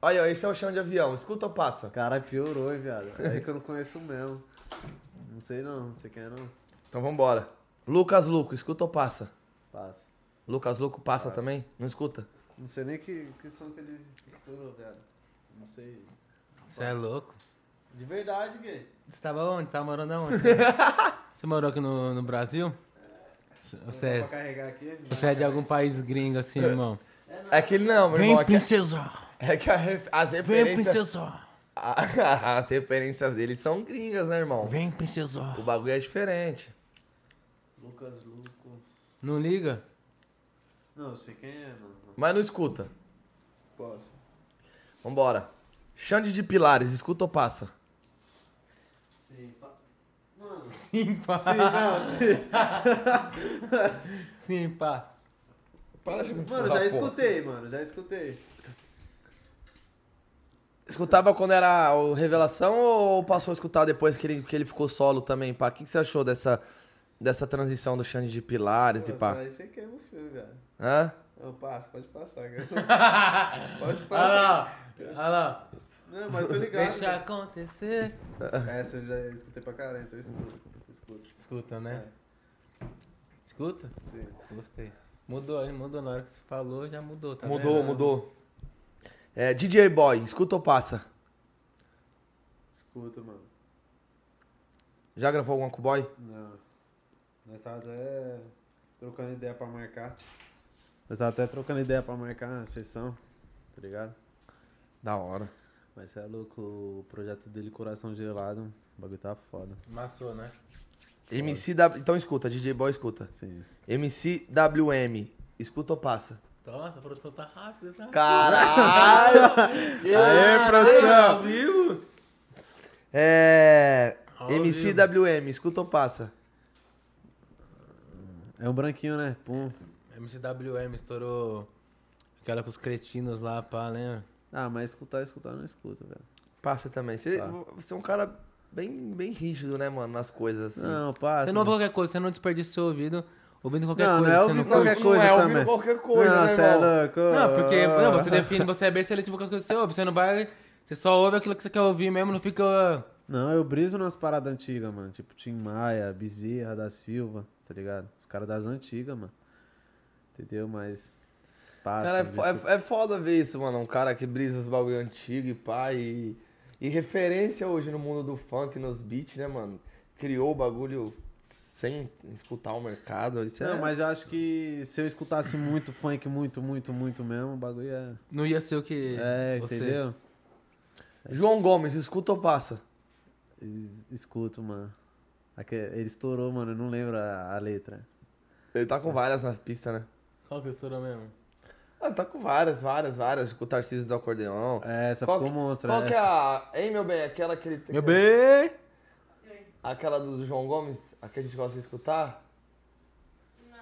Speaker 1: Olha, ó, esse é o chão de avião. Escuta ou passa?
Speaker 3: Cara, piorou, hein, viado. É que eu não conheço mesmo. Não sei não, não sei quem é não.
Speaker 1: Então vambora. Lucas Luco, escuta ou passa?
Speaker 3: Passa.
Speaker 1: Lucas Luco passa também? Não escuta?
Speaker 3: Não sei nem que, que som que ele estourou, viado. Não sei.
Speaker 2: Você é louco?
Speaker 3: De verdade, gay.
Speaker 2: Você tava onde? Você tava morando [laughs] aonde? Você morou aqui no, no Brasil? Você
Speaker 3: Pra
Speaker 2: é,
Speaker 3: carregar aqui.
Speaker 2: você é de algum país gringo assim, [laughs] irmão?
Speaker 1: É que ele não, meu irmão.
Speaker 2: Vem,
Speaker 1: É que,
Speaker 2: princesa!
Speaker 1: é que a ref- as
Speaker 2: Vem,
Speaker 1: referências.
Speaker 2: princesa!
Speaker 1: a- [laughs] as referências dele são gringas, né, irmão?
Speaker 2: Vem, princesa!
Speaker 1: O bagulho é diferente.
Speaker 3: Lucas Luco.
Speaker 2: Não liga?
Speaker 3: Não, eu sei quem é, mano.
Speaker 1: Mas não escuta.
Speaker 3: Posso.
Speaker 1: Vambora. Xande de Pilares, escuta ou passa?
Speaker 3: Sim, pa... Mano. Sim,
Speaker 2: Sim, pá!
Speaker 3: não, sim.
Speaker 2: Sim, pá!
Speaker 1: Para de me
Speaker 3: Mano, já escutei, mano. Já escutei.
Speaker 1: Escutava quando era o Revelação ou passou a escutar depois que ele, que ele ficou solo também, pá? O que, que você achou dessa, dessa transição do Xande de Pilares e pá?
Speaker 3: Aí você queima o filme, viado.
Speaker 1: Hã?
Speaker 3: Eu passo, pode passar,
Speaker 2: [laughs]
Speaker 3: cara. Pode
Speaker 2: Olha
Speaker 3: passar.
Speaker 2: lá! Olha lá!
Speaker 3: Não, mas eu tô ligado.
Speaker 2: Ah,
Speaker 3: É,
Speaker 2: Deixa acontecer!
Speaker 3: Essa eu já escutei pra caralho, então eu escuto. Escuto,
Speaker 2: Escuta, né?
Speaker 3: É.
Speaker 2: Escuta?
Speaker 3: sim.
Speaker 2: Gostei. Mudou, hein? Mudou na hora que você falou, já mudou, tá
Speaker 1: mudou,
Speaker 2: vendo?
Speaker 1: mudou. É, DJ Boy, escuta ou passa?
Speaker 3: Escuto, mano.
Speaker 1: Já gravou alguma com o Boy?
Speaker 3: Não. Nós tava até trocando ideia pra marcar. Nós tava até trocando ideia pra marcar a sessão, tá ligado?
Speaker 1: Da hora.
Speaker 3: Mas você é louco, o projeto dele Coração Gelado, o bagulho tá foda.
Speaker 2: Massou, né?
Speaker 1: MC da... Então escuta, DJ Boy escuta.
Speaker 3: Sim.
Speaker 1: MCWM, escuta ou passa?
Speaker 2: Nossa, a produção tá rápida, tá?
Speaker 1: Caralho!
Speaker 3: Aê, É, produção!
Speaker 2: Ah, tá vivo?
Speaker 1: é.
Speaker 2: Ao
Speaker 1: MCWM, escuta ou passa?
Speaker 3: É um branquinho, né? Pum.
Speaker 2: MCWM estourou aquela com os cretinos lá, pá, lembra?
Speaker 3: Ah, mas escutar, escutar, eu não escuto, velho.
Speaker 1: Passa também. Você,
Speaker 3: Tá.
Speaker 1: você é um cara bem, bem rígido, né, mano, nas coisas assim.
Speaker 3: Não, passa.
Speaker 2: Você não ouve qualquer coisa, você não desperdiça seu ouvido ouvindo qualquer
Speaker 3: Ah, Não, não
Speaker 2: coisa.
Speaker 3: é
Speaker 2: você
Speaker 3: ouvir qualquer
Speaker 2: curte.
Speaker 1: curte.
Speaker 3: coisa
Speaker 1: Não é ouvir
Speaker 3: também.
Speaker 1: qualquer coisa,
Speaker 3: não,
Speaker 1: né,
Speaker 3: cê é
Speaker 1: irmão?
Speaker 3: louco.
Speaker 2: Não, porque não, você define, você é bem seletivo com as coisas que você ouve, você não vai... Você só ouve aquilo que você quer ouvir mesmo, não fica...
Speaker 3: Não, eu briso nas paradas antigas, mano. Tipo Tim Maia, Bezerra da Silva, tá ligado? Os caras das antigas, mano. Entendeu? Mas. Passa.
Speaker 1: Cara, é,
Speaker 3: não
Speaker 1: fo- é-
Speaker 3: escuto.
Speaker 1: é foda ver isso, mano. Um cara que brisa os bagulho antigo e pá, e, e referência hoje no mundo do funk, nos beats, né, mano? Criou o bagulho sem escutar o mercado. Isso é...
Speaker 3: Não, mas eu acho que se eu escutasse muito funk, muito, muito, muito mesmo, o bagulho é.
Speaker 2: Não ia ser o que
Speaker 3: É,
Speaker 2: você...
Speaker 3: entendeu?
Speaker 1: João Gomes, escuta ou passa?
Speaker 3: Es- Escuto, mano. Aque- Ele estourou, mano. Eu não lembro a, a letra.
Speaker 1: Ele tá com várias nas pistas, né?
Speaker 2: Qual que estourou mesmo?
Speaker 1: Ah, tá com várias, várias, várias. Com o Tarcísio do acordeão.
Speaker 3: É, Essa
Speaker 1: Qual
Speaker 3: ficou
Speaker 1: que-
Speaker 3: monstro.
Speaker 1: Qual que é
Speaker 3: essa.
Speaker 1: a. Hein, meu bem? Aquela que ele tem.
Speaker 2: Meu bem!
Speaker 1: Aquela do João Gomes, a que a gente gosta de escutar?
Speaker 4: Nossa,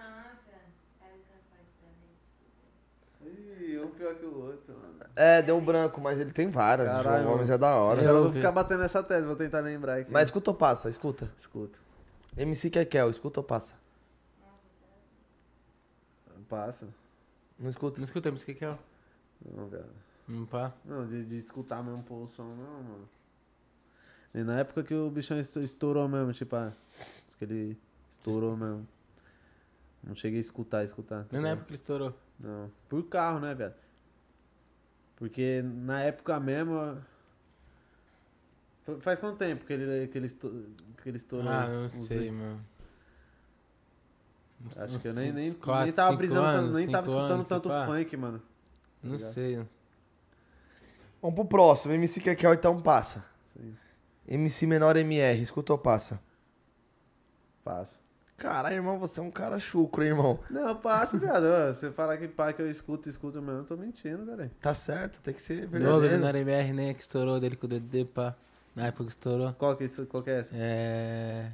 Speaker 4: sabe o que eu faço também?
Speaker 3: Ih, um pior que o outro, mano.
Speaker 1: É, deu um branco, mas ele tem várias. o
Speaker 3: Caralho,
Speaker 1: João Gomes é da hora.
Speaker 3: Agora eu vou
Speaker 2: ouvi.
Speaker 3: ficar batendo essa tese, vou tentar lembrar aqui.
Speaker 1: Mas escuta ou passa? Escuta.
Speaker 3: Escuto.
Speaker 1: MC Kekel, escuta ou passa?
Speaker 3: Passa.
Speaker 1: Não escuta.
Speaker 2: Não escuta, mas o que que é?
Speaker 3: Não, viado.
Speaker 2: Não Hum, pá.
Speaker 3: Não, de, de escutar mesmo pôr o som, não, mano. E na época que o bichão esto- estourou mesmo, tipo, ah, diz que ele estourou mesmo. Não cheguei a escutar, escutar. tá
Speaker 2: Nem na
Speaker 3: ligado?
Speaker 2: época que é ele estourou.
Speaker 3: Não. Por carro, né, viado? Porque na época mesmo. ó, fa- Faz quanto tempo que ele, que ele, esto- que ele estourou?
Speaker 2: ah, não
Speaker 3: Uns
Speaker 2: sei,
Speaker 3: oito-
Speaker 2: mano. Uns-
Speaker 3: Acho
Speaker 2: uns
Speaker 3: que eu nem, nem,
Speaker 2: cinco- quatro,
Speaker 3: nem tava
Speaker 2: cinco
Speaker 3: brisando, tanto-
Speaker 2: anos,
Speaker 3: nem tava
Speaker 2: cinco
Speaker 3: escutando
Speaker 2: anos,
Speaker 3: tanto
Speaker 2: pá.
Speaker 3: funk, É mano.
Speaker 2: Não
Speaker 3: ligado?
Speaker 2: sei.
Speaker 1: Vamos pro próximo. MC Kekel, então passa.
Speaker 3: Isso aí.
Speaker 1: MC menor MR, escuta ou passa?
Speaker 3: Passo.
Speaker 1: Caralho, irmão, você é um cara chucro, hein, irmão.
Speaker 3: Não, passo, viado. Ó, Você falar que pá, que eu escuto, escuto mesmo, eu tô mentindo, cara.
Speaker 1: Tá certo, tem que ser
Speaker 2: Não,
Speaker 1: verdadeiro.
Speaker 2: do na MR nem é que estourou dele com o DD, pá. Na época que estourou.
Speaker 3: Qual que, é isso- qual que é essa?
Speaker 2: É.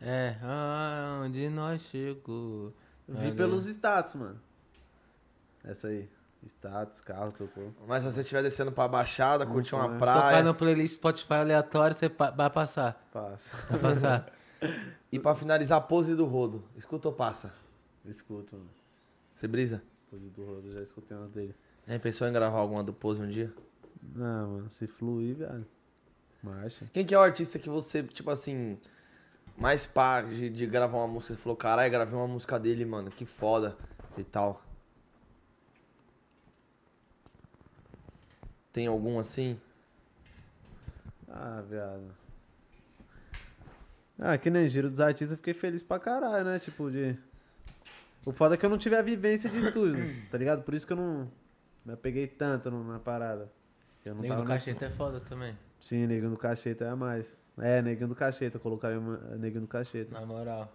Speaker 2: É, ah, onde nós chegou.
Speaker 3: Eu
Speaker 2: Olha
Speaker 3: Vi
Speaker 2: aí.
Speaker 3: pelos status, mano. Essa aí. Status, carro, tocou.
Speaker 1: Mas se você estiver descendo pra baixada, curtir uma
Speaker 3: vai.
Speaker 1: praia.
Speaker 2: Tocar no playlist Spotify aleatório, você pa- vai passar.
Speaker 3: Passo.
Speaker 2: Vai passar.
Speaker 1: E pra finalizar, pose do rodo. Escuta ou passa?
Speaker 3: Escuto, mano.
Speaker 1: Você brisa?
Speaker 3: Pose do rodo, já escutei umas dele.
Speaker 1: Já pensou em gravar alguma do pose um dia?
Speaker 3: Não, mano, se fluir, velho. Marcha.
Speaker 1: Quem que é o artista que você, tipo assim, mais pá de, de gravar uma música? Você falou, caralho, gravei uma música dele, mano, que foda e tal. Tem algum assim?
Speaker 3: Ah, viado. Ah, que nem giro dos artistas, eu fiquei feliz pra caralho, né? Tipo, de. O foda é que eu não tive a vivência de estúdio, tá ligado? Por isso que eu não me apeguei tanto no- na parada. Eu [laughs] não
Speaker 2: Nego
Speaker 3: tava
Speaker 2: do
Speaker 3: no
Speaker 2: Cacheta é foda também.
Speaker 3: estúdio. Sim, neguinho do cacheta é a mais. É, neguinho do cacheta, eu colocaria uma... neguinho do cacheta.
Speaker 2: Na moral.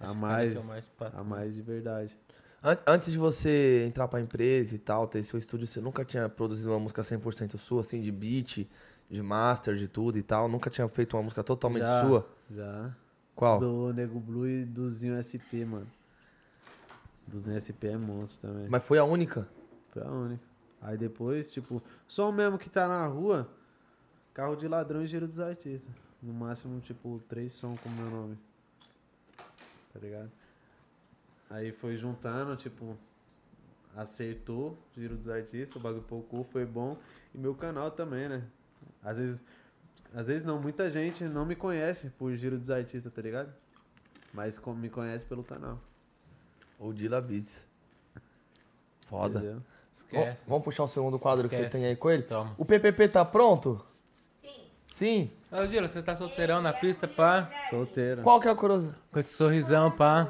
Speaker 3: A
Speaker 2: Acho que
Speaker 3: mais.
Speaker 2: é o mais pato.
Speaker 3: A mais de verdade.
Speaker 1: An- antes de você entrar pra empresa e tal, ter seu estúdio, você nunca tinha produzido uma música 100% sua, assim, de beat, de master, de tudo e tal? Nunca tinha feito uma música totalmente
Speaker 3: Já,
Speaker 1: sua?
Speaker 3: Já.
Speaker 1: Qual?
Speaker 3: Do Nego Blue e do Zinho SP, mano. Do Zinho SP é monstro também.
Speaker 1: Mas foi a única?
Speaker 3: Foi a única. Aí depois, tipo, só o mesmo que tá na rua, carro de ladrão e giro dos artistas. No máximo, tipo, três sons com o meu nome. Tá ligado? Aí foi juntando, tipo, acertou giro dos artistas, o bagulho pouco foi bom. E meu canal também, né? Às vezes. Às vezes não, muita gente não me conhece por giro dos artistas, tá ligado? Mas co- me conhece pelo canal.
Speaker 1: Ou Dila Beats. Foda.
Speaker 3: entendeu?
Speaker 1: Vamos-
Speaker 2: Esquece.
Speaker 1: Vamos puxar o segundo quadro que você
Speaker 2: Esquece.
Speaker 1: tem aí com ele?
Speaker 2: Toma.
Speaker 1: O PPP tá pronto?
Speaker 4: Sim.
Speaker 1: Sim.
Speaker 2: Ô, Giro, você tá solteirão na pista, pá?
Speaker 3: Solteiro.
Speaker 1: Qual que é a curiosidade?
Speaker 2: Com esse sorrisão, pá.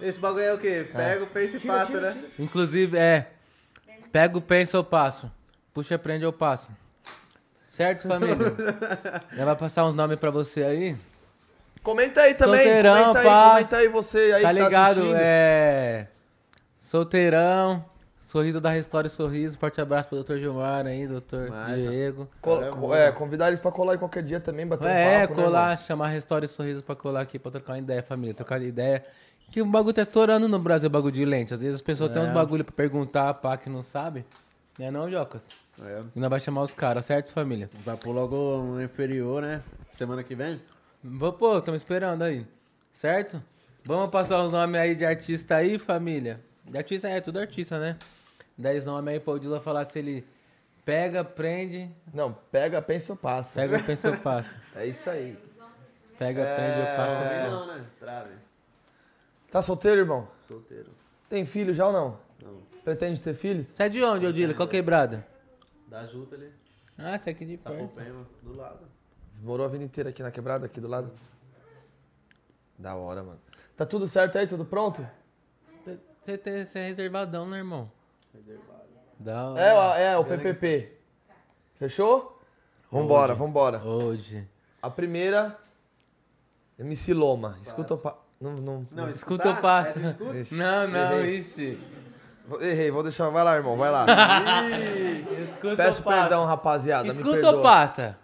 Speaker 3: Esse bagulho é o quê? Pega o peixe e passa, né?
Speaker 2: Inclusive, é. Pega o penso ou passo. Puxa, prende ou passo. Certo, família? Já vai passar uns nomes pra você aí.
Speaker 1: Comenta aí também.
Speaker 2: Solteirão,
Speaker 1: comenta aí,
Speaker 2: pá.
Speaker 1: comenta aí você aí
Speaker 2: tá
Speaker 1: que tá
Speaker 2: ligado?
Speaker 1: assistindo.
Speaker 2: é. Solteirão. Sorriso da Restore Sorriso. Forte abraço pro Dr. Gilmar aí, Dr.
Speaker 3: Mas,
Speaker 2: Diego.
Speaker 1: Co-
Speaker 3: Cara, é
Speaker 1: co-
Speaker 3: bom.
Speaker 1: é, convidar eles pra colar aí qualquer dia também, bater
Speaker 2: É,
Speaker 1: um papo, né,
Speaker 2: colar,
Speaker 1: mano?
Speaker 2: chamar Restore Sorriso pra colar aqui, pra trocar uma ideia, família. Trocar de ideia. Que o bagulho tá estourando no Brasil, o bagulho de lente. Às vezes as pessoas
Speaker 1: É.
Speaker 2: têm uns bagulho pra perguntar, pá, que não sabe. Não é não, Jocas?
Speaker 3: É.
Speaker 2: E nós vai chamar os caras, certo, família?
Speaker 3: Vai pôr logo um inferior, né? Semana que vem?
Speaker 2: Vou, pô, estamos esperando aí. Certo? Vamos passar os nomes aí de artista aí, família. De artista é tudo artista, né? Dez nomes aí pra o Dila falar se ele pega, prende,
Speaker 1: Não, pega, pensa ou passa.
Speaker 2: pega, pensa ou passa.
Speaker 1: É isso aí. [laughs]
Speaker 2: Pega, prende ou passa.
Speaker 1: É.
Speaker 3: Não, né? Trave.
Speaker 1: Tá solteiro, irmão?
Speaker 3: Solteiro.
Speaker 1: Tem filho já ou não?
Speaker 3: Não.
Speaker 1: Pretende ter filhos?
Speaker 2: Você é de onde, ô Dila? Qual quebrada?
Speaker 3: Da Juta ali.
Speaker 2: Ah, você é aqui de perto.
Speaker 3: Sapopema, do lado.
Speaker 1: Morou a vida inteira aqui na quebrada, aqui do lado? Da hora, mano. Tá tudo certo aí? Tudo pronto?
Speaker 2: Você tem- você é reservadão, né, irmão?
Speaker 3: Reservado.
Speaker 2: Da
Speaker 1: É,
Speaker 2: hora.
Speaker 1: ó, é o PPP. Fechou? Vambora, vambora.
Speaker 2: Hoje.
Speaker 1: A primeira, MC Loma. Escuta o pa... Não, não,
Speaker 3: Não,
Speaker 2: Escuta
Speaker 3: escutar?
Speaker 2: ou passa?
Speaker 3: É de [laughs] escuta?
Speaker 2: Não, não,
Speaker 1: Errei.
Speaker 2: ixi.
Speaker 1: Vou- Errei, vou deixar. Vai lá, irmão, vai lá.
Speaker 2: Escuta
Speaker 1: Peço
Speaker 2: ou passa?
Speaker 1: perdão, rapaziada. me
Speaker 2: Escuta
Speaker 1: perdoa.
Speaker 2: ou passa?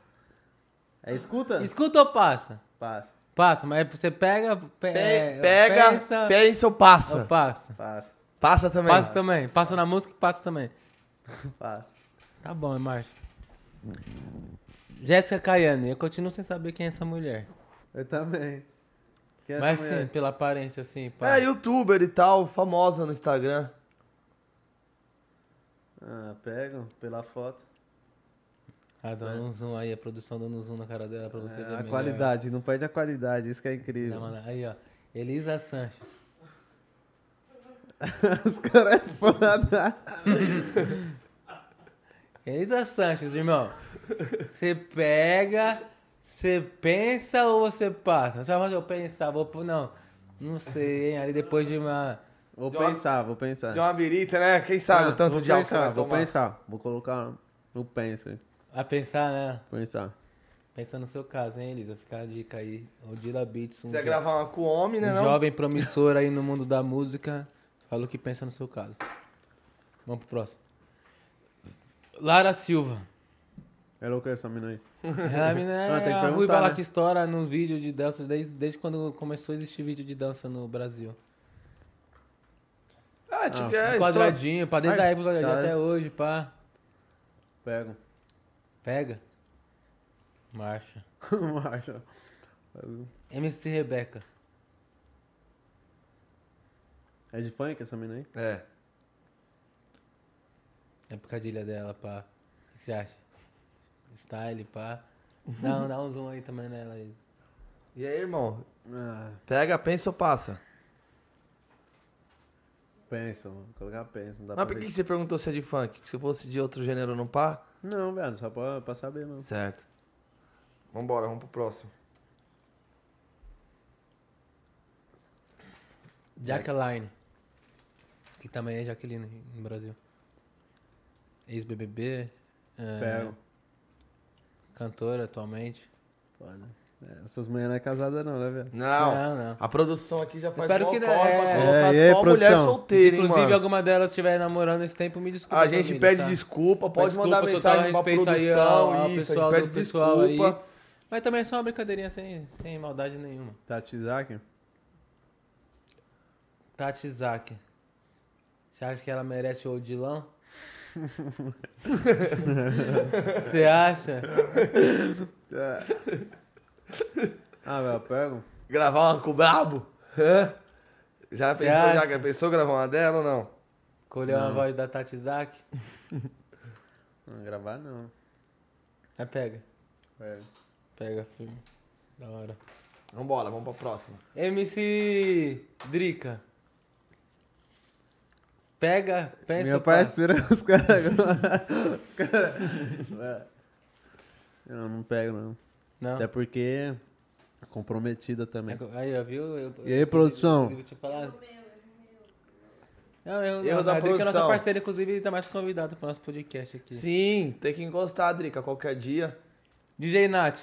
Speaker 3: É escuta?
Speaker 2: Escuta ou passa?
Speaker 3: Passa.
Speaker 2: Passa, mas você pega, pe-
Speaker 1: Pe-
Speaker 2: é,
Speaker 1: pega,
Speaker 2: pensa,
Speaker 1: pensa, ou passa?
Speaker 2: ou passa.
Speaker 3: Passa.
Speaker 1: Passa também.
Speaker 2: Passa também, passa na música e passa também.
Speaker 3: Passa.
Speaker 2: Tá bom, é marcha. Jéssica Caiane, eu continuo sem saber quem é essa mulher.
Speaker 3: Eu também. Quem é
Speaker 2: mas
Speaker 3: essa
Speaker 2: sim,
Speaker 3: mulher?
Speaker 2: pela aparência, assim, pá.
Speaker 1: É, youtuber e tal, famosa no Instagram.
Speaker 3: Ah, pegam pela foto.
Speaker 2: Ah, dá um zoom aí, a produção dando um zoom na cara dela pra você
Speaker 3: É,
Speaker 2: ver
Speaker 3: a
Speaker 2: melhor.
Speaker 3: qualidade, não perde a qualidade, isso que é
Speaker 2: Dá
Speaker 3: incrível.
Speaker 2: uma- Aí, ó. Elisa Sanches.
Speaker 3: [laughs] Os caras é foda.
Speaker 2: Elisa Sanches, irmão. Você pega, você pensa ou você passa? Só mas eu pensar, vou. pro- Não, não sei, hein? Ali depois de uma.
Speaker 3: Vou
Speaker 1: Deu uma-
Speaker 3: pensar, vou pensar.
Speaker 1: Deu uma birita, né? Quem sabe o
Speaker 3: Ah,
Speaker 1: tanto
Speaker 3: vou
Speaker 1: de álcool que
Speaker 3: pensar,
Speaker 1: vai
Speaker 3: Vou
Speaker 1: tomar.
Speaker 3: pensar, vou colocar no penso aí.
Speaker 2: A pensar, né?
Speaker 3: Pensar.
Speaker 2: Pensa no seu caso, hein, Elisa? Fica a dica aí. Odila Beats, um,
Speaker 3: é
Speaker 1: Quiser
Speaker 2: jo-
Speaker 1: gravar uma com o homem, né?
Speaker 2: um
Speaker 1: Não?
Speaker 2: jovem promissor aí no mundo da música, falou que pensa no seu caso. Vamos pro próximo. Lara Silva.
Speaker 3: [laughs] É louco essa mina aí.
Speaker 2: Ela mina é
Speaker 3: Ah, tem que
Speaker 2: a ruiva
Speaker 3: perguntar,
Speaker 2: lá
Speaker 3: né?
Speaker 2: que estoura nos vídeos de dança desde, desde quando começou a existir vídeo de dança no Brasil.
Speaker 1: Ah, tipo, é, história-
Speaker 2: quadradinho, pra desde a
Speaker 3: Ai,
Speaker 2: época do quadradinho
Speaker 3: tá.
Speaker 2: até hoje, pá.
Speaker 3: Pego. [laughs]
Speaker 2: Pega. Marcha.
Speaker 3: Marcha.
Speaker 2: MC Rebeca.
Speaker 3: É de funk essa mina aí?
Speaker 1: É.
Speaker 2: É picadilha dela, pá. O que você acha? Style, pá.
Speaker 1: Uhum.
Speaker 2: Não, dá um zoom aí também nela aí.
Speaker 1: E aí, irmão?
Speaker 3: Ah,
Speaker 1: Pega, pensa ou passa?
Speaker 3: penso, mano. Vou colocar penso. Não dá
Speaker 1: Mas
Speaker 3: Tá pra
Speaker 1: por que
Speaker 3: ver.
Speaker 1: que você perguntou se é de funk? Se fosse de outro gênero, não pá?
Speaker 3: Não, velho, só pra, pra saber, mano.
Speaker 1: Certo. Vambora, vamos pro próximo.
Speaker 2: Jacqueline. Que também é Jaqueline no Brasil. Ex-BBB. é,
Speaker 3: Pego.
Speaker 2: cantora atualmente.
Speaker 3: Foda. É, essas mulheres não é casada não, né, velho?
Speaker 1: Não.
Speaker 2: Não, não.
Speaker 1: A produção aqui já faz
Speaker 2: Espero
Speaker 1: mó
Speaker 2: que não-
Speaker 1: corre pra
Speaker 2: é.
Speaker 1: colocar
Speaker 3: É, e aí,
Speaker 1: só mulher
Speaker 3: produção?
Speaker 1: solteira, hein,
Speaker 2: Inclusive,
Speaker 1: mano?
Speaker 2: alguma delas estiver namorando esse tempo, me desculpa.
Speaker 1: A gente
Speaker 2: família,
Speaker 1: pede
Speaker 2: tá?
Speaker 1: desculpa, pode
Speaker 2: Desculpa,
Speaker 1: mandar
Speaker 2: total
Speaker 1: mensagem pra
Speaker 2: respeito
Speaker 1: produção,
Speaker 2: aí ao- ao
Speaker 1: isso,
Speaker 2: pessoal
Speaker 1: a gente
Speaker 2: do
Speaker 1: pede
Speaker 2: pessoal
Speaker 1: desculpa.
Speaker 2: aí. Mas também é só uma brincadeirinha sem, sem maldade nenhuma.
Speaker 3: Tati
Speaker 1: É.
Speaker 3: Zaki?
Speaker 2: Tati Zaki. Você acha que ela merece o
Speaker 1: [laughs]
Speaker 2: Odilão? Você acha?
Speaker 3: É. ah, velho, pego.
Speaker 1: Gravar uma com o brabo? Hã? Já pensou,
Speaker 2: acha?
Speaker 1: já pensou gravar uma dela ou não?
Speaker 2: Colheu a voz da Tati Zaki?
Speaker 3: Não, gravar não.
Speaker 2: Aí Ah, pega.
Speaker 3: Pego.
Speaker 2: Pega, filho. Da hora.
Speaker 1: Vambora, vamos pra próxima.
Speaker 2: MC Drica. Pega, pensa.
Speaker 3: Minha
Speaker 2: ou passa?
Speaker 3: parceira, é os caras agora. [laughs] Os caras. Não, não pego não.
Speaker 2: Não. É
Speaker 3: Até porque é comprometida também.
Speaker 2: Aí, ó, viu? Tá. Eu-
Speaker 3: E aí, produção?
Speaker 2: inclusive, tinha falado. Não, eu,
Speaker 1: Erro
Speaker 2: eu
Speaker 1: da
Speaker 2: que é nossa
Speaker 1: produção.
Speaker 2: parceira, inclusive, tá mais convidado pro nosso podcast aqui.
Speaker 1: Sim, tem que encostar, Drica, qualquer dia.
Speaker 2: DJ Nath.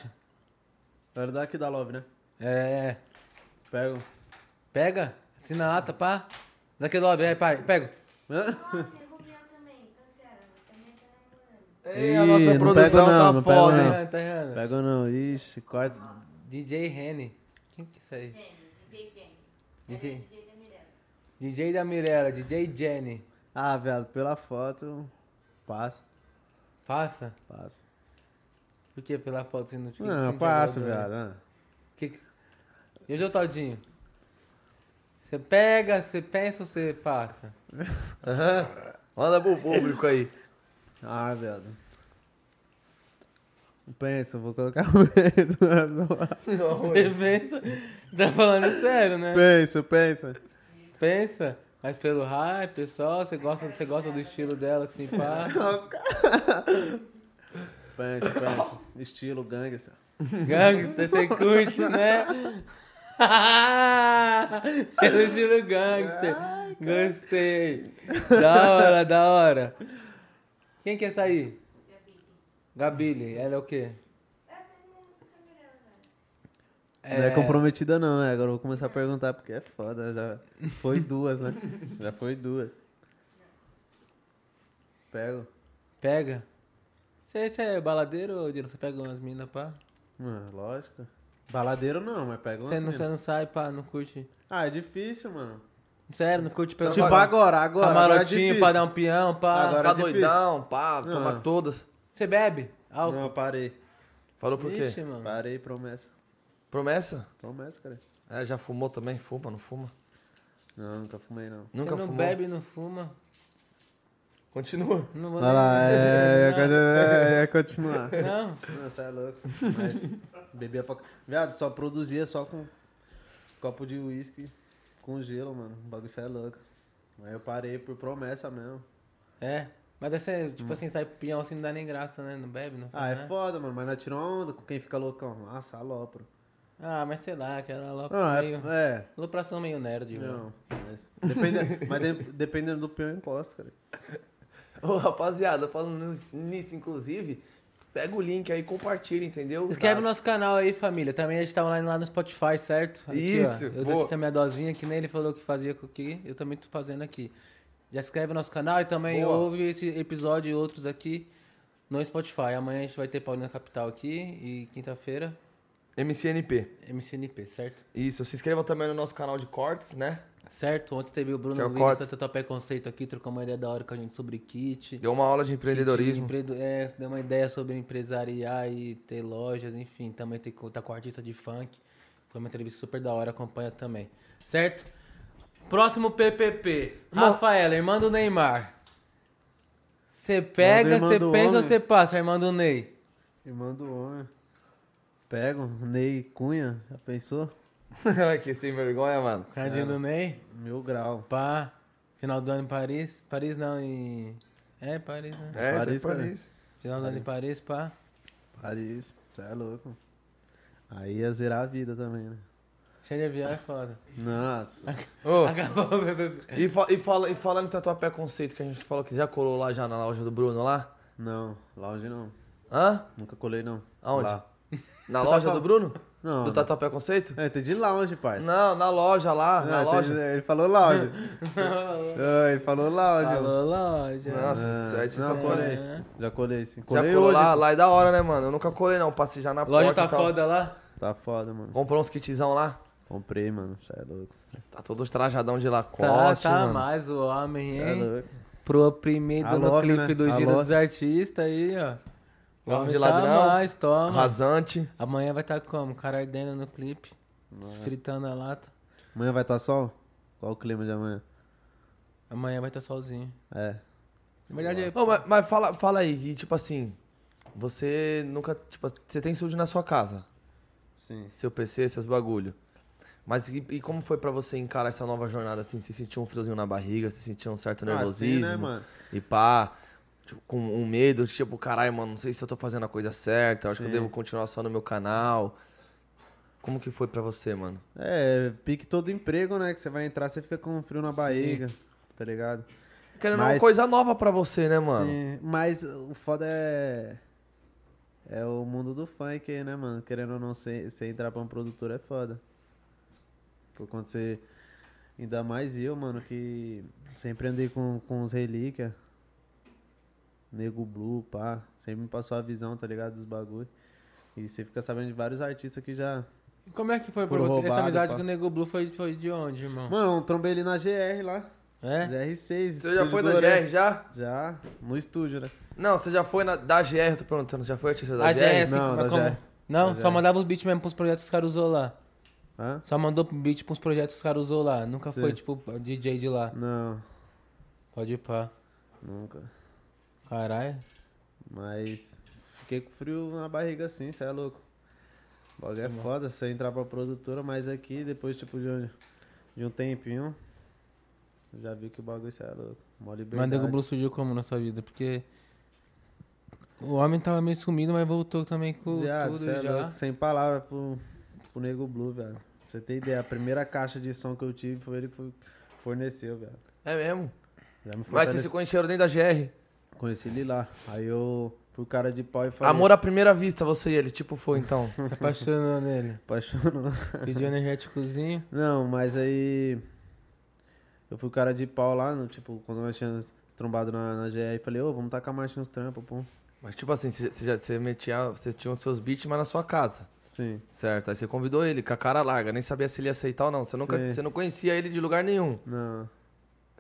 Speaker 3: Verdade que dá love, né?
Speaker 2: É.
Speaker 3: Pego.
Speaker 2: Pega, assina a ata, pá. Daquele lobby, aí, pai, pega.
Speaker 3: Hã?
Speaker 4: Nossa, eu vou ver também. Então, Ciara, você também tá namorando.
Speaker 1: Ei,
Speaker 3: Ih,
Speaker 1: a nossa
Speaker 3: não
Speaker 1: produção
Speaker 3: pega não,
Speaker 1: tá
Speaker 3: não pega
Speaker 1: foda, hein?
Speaker 3: não.
Speaker 2: Tá errando, tá errando.
Speaker 3: Pego não. Ixi, corta.
Speaker 2: DJ Rene. Quem que é isso aí?
Speaker 4: Jenny, DJ Jenny.
Speaker 2: DJ.
Speaker 4: Ela é DJ da Mirella.
Speaker 2: DJ da Mirella, DJ Jenny.
Speaker 3: Ah, velho, pela foto. Passa,
Speaker 2: Passa.
Speaker 3: passa.
Speaker 2: Por que pela foto assim, você não te
Speaker 3: Não,
Speaker 2: te
Speaker 3: passa,
Speaker 2: agradou, né?
Speaker 3: velho. ah.
Speaker 2: Que... que- E hoje é o Todinho? Você pega, você pensa ou você passa?
Speaker 1: Aham. Manda pro público aí.
Speaker 3: Ah, velho. Pensa, vou colocar [laughs] o medo.
Speaker 2: Você pensa. Tá falando sério, né?
Speaker 3: Pensa, pensa.
Speaker 2: Pensa. Mas pelo hype, só, você gosta, você gosta do estilo dela, assim, pá.
Speaker 3: Pensa, pensa. Estilo gangster.
Speaker 2: Gangsta, você curte, né? [laughs] Pelo estilo gangster. Gostei. Da hora, da hora. Quem quer sair? Gabile, ela é o quê?
Speaker 3: Não é comprometida não, né? Agora eu vou começar a perguntar porque é foda. Já foi duas, né? Já foi duas. Pego.
Speaker 2: Pega. Você, você é baladeiro, ô, Dino? Você pega umas minas, pá?
Speaker 3: Mano, lógico. Baladeiro não, mas pega umas
Speaker 2: Você não,
Speaker 3: mina.
Speaker 2: você não sai, pá, não curte.
Speaker 3: Ah, é difícil, mano.
Speaker 2: Sério, não curte pegar
Speaker 3: tipo
Speaker 2: um
Speaker 3: agora, agora. agora é
Speaker 2: camarotinho
Speaker 3: difícil.
Speaker 2: pra dar um peão, pá.
Speaker 3: Agora-
Speaker 1: Tá
Speaker 3: é difícil. É.
Speaker 1: doidão, pá, toma
Speaker 3: Não.
Speaker 1: todas.
Speaker 2: Você bebe? Álcool?
Speaker 3: Não, parei.
Speaker 1: Falou por quê?
Speaker 2: Ixi, mano.
Speaker 3: Parei, promessa.
Speaker 1: Promessa?
Speaker 3: Promessa, cara.
Speaker 1: É, já fumou também? Fuma, não fuma?
Speaker 3: Não, nunca fumei, não.
Speaker 1: Nunca
Speaker 2: você não
Speaker 1: fumou?
Speaker 2: bebe, não fuma.
Speaker 1: Continua.
Speaker 2: Não vou
Speaker 3: Olha lá,
Speaker 2: nem-
Speaker 3: é, é, é, é, continuar.
Speaker 2: Não,
Speaker 3: Não, você é louco. Mas bebia pra... c- Viado, só produzia só com... copo de uísque com gelo, mano. O bagulho isso é louco. Aí eu parei por promessa mesmo.
Speaker 2: É. Mas essa, é, tipo assim, sai pinhão assim não dá nem graça, né? Não bebe, não
Speaker 3: Hum. Ah,
Speaker 2: faz
Speaker 3: é
Speaker 2: nada.
Speaker 3: foda, mano. Mas nós tiramos onda com quem fica loucão. Nossa, alopro.
Speaker 2: Ah, mas sei lá, aquela lá
Speaker 3: Ah,
Speaker 2: meio...
Speaker 3: é. é.
Speaker 2: Lopração meio nerd, mano.
Speaker 3: Não, mas, depende, mas de- dependendo do peão, eu encosto, cara.
Speaker 1: Ô, rapaziada, falando nisso, inclusive, pega o link aí, compartilha, entendeu?
Speaker 2: Inscreve
Speaker 1: Tá.
Speaker 2: no nosso canal aí, família. Também a gente tá online lá no Spotify, certo? Aqui, ó.
Speaker 1: Isso,
Speaker 2: Eu dou
Speaker 1: boa.
Speaker 2: aqui também a dosinha, que nem ele falou que fazia com que eu também tô fazendo aqui. Já se inscreve no nosso canal e também
Speaker 1: Boa.
Speaker 2: ouve esse episódio e outros aqui no Spotify. Amanhã a gente vai ter Paulina Capital aqui e quinta-feira
Speaker 1: MCNP.
Speaker 2: MCNP, certo?
Speaker 1: Isso, se inscrevam também no nosso canal de cortes, né?
Speaker 2: Certo? Ontem teve o
Speaker 1: Que é
Speaker 2: Bruno
Speaker 1: o
Speaker 2: Vinícius
Speaker 1: corte.
Speaker 2: da Tatuapé Conceito aqui, trocou uma ideia da hora com a gente sobre kit.
Speaker 1: Deu uma aula de empreendedorismo. [laughs]
Speaker 2: Kit, empreendo- É, deu uma ideia sobre empresariar e ter lojas, enfim, também ter, co- tá com artista de funk. Foi uma entrevista super da hora, acompanha também. Certo? Próximo PPP. Rafaela, irmã do Neymar. Você pega,
Speaker 3: irmã
Speaker 2: você
Speaker 3: do
Speaker 2: pensa ou
Speaker 3: homem.
Speaker 2: você passa, irmã do Ney?
Speaker 3: Irmão do homem. Pego, Ney Cunha, já pensou?
Speaker 1: que sem vergonha, mano.
Speaker 2: Cadinho do Ney?
Speaker 3: Mil grau.
Speaker 2: Pá. Final do ano em Paris. Paris não, em. É, Paris, né?
Speaker 1: É,
Speaker 3: Paris,
Speaker 1: Paris,
Speaker 3: cara.
Speaker 1: Paris.
Speaker 2: Final do ano em Paris, pá.
Speaker 3: Paris, você é louco. Aí ia zerar a vida também, né?
Speaker 2: Cheio de avião é foda.
Speaker 3: Nossa.
Speaker 1: Ô,
Speaker 2: Acabou o PPP.
Speaker 1: e, fa e, fala, e falando em tatuapé conceito que a gente falou que já colou lá já na loja do Bruno lá?
Speaker 3: Não, lounge não.
Speaker 1: Hã?
Speaker 3: Nunca colei, não.
Speaker 1: Aonde?
Speaker 3: Lá.
Speaker 1: Na
Speaker 3: Você tá
Speaker 1: loja
Speaker 3: fal-
Speaker 1: do Bruno?
Speaker 3: Não.
Speaker 1: do
Speaker 3: não.
Speaker 1: tatuapé conceito?
Speaker 3: É, entendi lounge,
Speaker 1: tá
Speaker 3: parça.
Speaker 1: Não, na loja lá, na
Speaker 3: Ah,
Speaker 1: loja.
Speaker 3: entendi- Ele falou
Speaker 1: [laughs]
Speaker 3: lounge. Ah, ele falou lounge.
Speaker 2: Alô, loja.
Speaker 1: Nossa,
Speaker 3: Ah,
Speaker 1: aí você
Speaker 3: não,
Speaker 1: só
Speaker 3: eu
Speaker 1: colou.
Speaker 3: colei.
Speaker 2: É.
Speaker 3: Já colei, sim.
Speaker 1: Já
Speaker 3: Colei
Speaker 1: colou
Speaker 3: hoje.
Speaker 1: lá, lá é da hora, né, mano? Eu nunca colei não, passei já na
Speaker 2: Loja
Speaker 1: porta
Speaker 2: tá
Speaker 1: e tal.
Speaker 2: foda lá?
Speaker 3: Tá foda, mano.
Speaker 1: Comprou uns kitzão lá.
Speaker 3: Comprei, mano. Você é louco.
Speaker 1: Tá todo trajadão de
Speaker 2: Tá,
Speaker 1: lacoste,
Speaker 2: tá
Speaker 1: mano.
Speaker 2: mais o homem,
Speaker 3: Cê é
Speaker 2: hein?
Speaker 3: louco.
Speaker 2: Pro oprimido
Speaker 3: A
Speaker 2: no
Speaker 3: love,
Speaker 2: clipe
Speaker 3: né?
Speaker 2: do
Speaker 3: A
Speaker 2: Giro
Speaker 3: love.
Speaker 2: dos Artistas aí, ó. O
Speaker 1: Carro
Speaker 2: homem
Speaker 1: de
Speaker 2: tá
Speaker 1: ladrão,
Speaker 2: mais, toma.
Speaker 1: Rasante.
Speaker 2: Amanhã vai estar tá como? Cara ardendo no clipe, fritando a lata.
Speaker 3: Amanhã vai estar sol? Qual o clima de amanhã?
Speaker 2: Amanhã vai estar tá sozinho.
Speaker 3: É.
Speaker 2: Na verdade, é...
Speaker 1: Ô, mas mas fala, fala aí, e, tipo assim, você nunca, tipo, você tem estúdio na sua casa,
Speaker 3: Sim.
Speaker 1: seu PC, seus bagulho. Mas e, e como foi pra você encarar essa nova jornada, assim, você sentiu um friozinho na barriga, você sentiu um certo nervosismo?
Speaker 3: né, mano?
Speaker 1: E pá, tipo, com um medo, tipo, caralho, mano, não sei se eu tô fazendo a coisa certa, eu acho que eu
Speaker 3: Sim.
Speaker 1: devo continuar só no meu canal. Como que foi pra você, mano?
Speaker 3: É, pique todo emprego, né? Que você vai entrar, você fica com frio na barriga, tá ligado?
Speaker 1: Querendo uma
Speaker 3: Mas-
Speaker 1: coisa nova pra você, né, mano?
Speaker 3: Sim, mas o foda é. É o mundo do funk, aí, né, mano? Querendo ou não, você você entrar pra um produtor é foda. Porque quando você. Ainda mais eu, mano, que sempre andei com, com os relíquia. Nego Blue, pá. Sempre me passou a visão, tá ligado? Dos bagulho. E você fica sabendo de vários artistas que já.
Speaker 2: Como é que foi pra
Speaker 3: Por
Speaker 2: você? Essa
Speaker 3: roubado,
Speaker 2: amizade
Speaker 3: pá.
Speaker 2: com o Nego Blue foi, foi de onde, irmão?
Speaker 3: Mano, eu trombei ele na GR lá.
Speaker 2: É?
Speaker 3: GR6.
Speaker 1: Você já
Speaker 3: estúdio
Speaker 1: foi
Speaker 3: do
Speaker 1: da
Speaker 3: Orelha.
Speaker 1: GR já?
Speaker 3: Já, no estúdio, né?
Speaker 1: Não, você já foi na, da GR, eu tô perguntando, você já foi artista da
Speaker 2: A
Speaker 1: GR?
Speaker 2: GR, assim,
Speaker 3: Não,
Speaker 2: como-
Speaker 3: da
Speaker 2: como-
Speaker 3: GR.
Speaker 2: Não,
Speaker 3: Da
Speaker 2: só
Speaker 3: GR.
Speaker 2: mandava os beats mesmo pros projetos que os caras usou lá.
Speaker 3: Hã?
Speaker 2: Só mandou beat pros projetos que os caras usou lá. Nunca
Speaker 3: Sim.
Speaker 2: foi, tipo, DJ de lá.
Speaker 3: Não,
Speaker 2: Pode ir pá.
Speaker 3: nunca.
Speaker 2: Caralho.
Speaker 3: Mas fiquei com frio na barriga assim, cê é louco. O bagulho é foda, você entrar pra produtora, mas aqui, depois tipo de um, de um tempinho, eu já vi que o bagulho cê é louco. Mó
Speaker 2: Mas
Speaker 3: liberdade.
Speaker 2: Nego Blue surgiu como na sua vida? Porque o homem tava meio sumido, mas voltou também com
Speaker 3: Viado,
Speaker 2: tudo
Speaker 3: cê é
Speaker 2: já.
Speaker 3: louco, sem palavra pro, pro Nego Blue, velho. Pra você ter ideia, a primeira caixa de som que eu tive foi ele que foi- forneceu, velho.
Speaker 1: É mesmo?
Speaker 3: Já me
Speaker 1: Mas
Speaker 3: fortaleceu.
Speaker 1: vocês se conheceram dentro da GR.
Speaker 3: Conheci ele lá. Aí eu fui cara de pau e falei...
Speaker 1: Amor à primeira vista, você e ele, tipo foi
Speaker 3: [laughs]
Speaker 1: então.
Speaker 2: Se Apaixonou nele.
Speaker 3: Apaixonou.
Speaker 2: Pediu energéticozinho.
Speaker 3: Não, mas aí. Eu fui cara de pau lá, no, tipo, quando nós tínhamos trombado na, na GR, eu falei, ô, vamos tacar marcha uns trampos, pô.
Speaker 1: Mas tipo assim, você, você, já- você metia, você tinha os seus beats, mas na sua casa.
Speaker 3: Sim.
Speaker 1: Certo, aí você convidou ele com a cara larga, nem sabia se ele ia aceitar ou não. Você, nunca,
Speaker 3: Sim.
Speaker 1: você não conhecia ele de lugar nenhum.
Speaker 3: Não.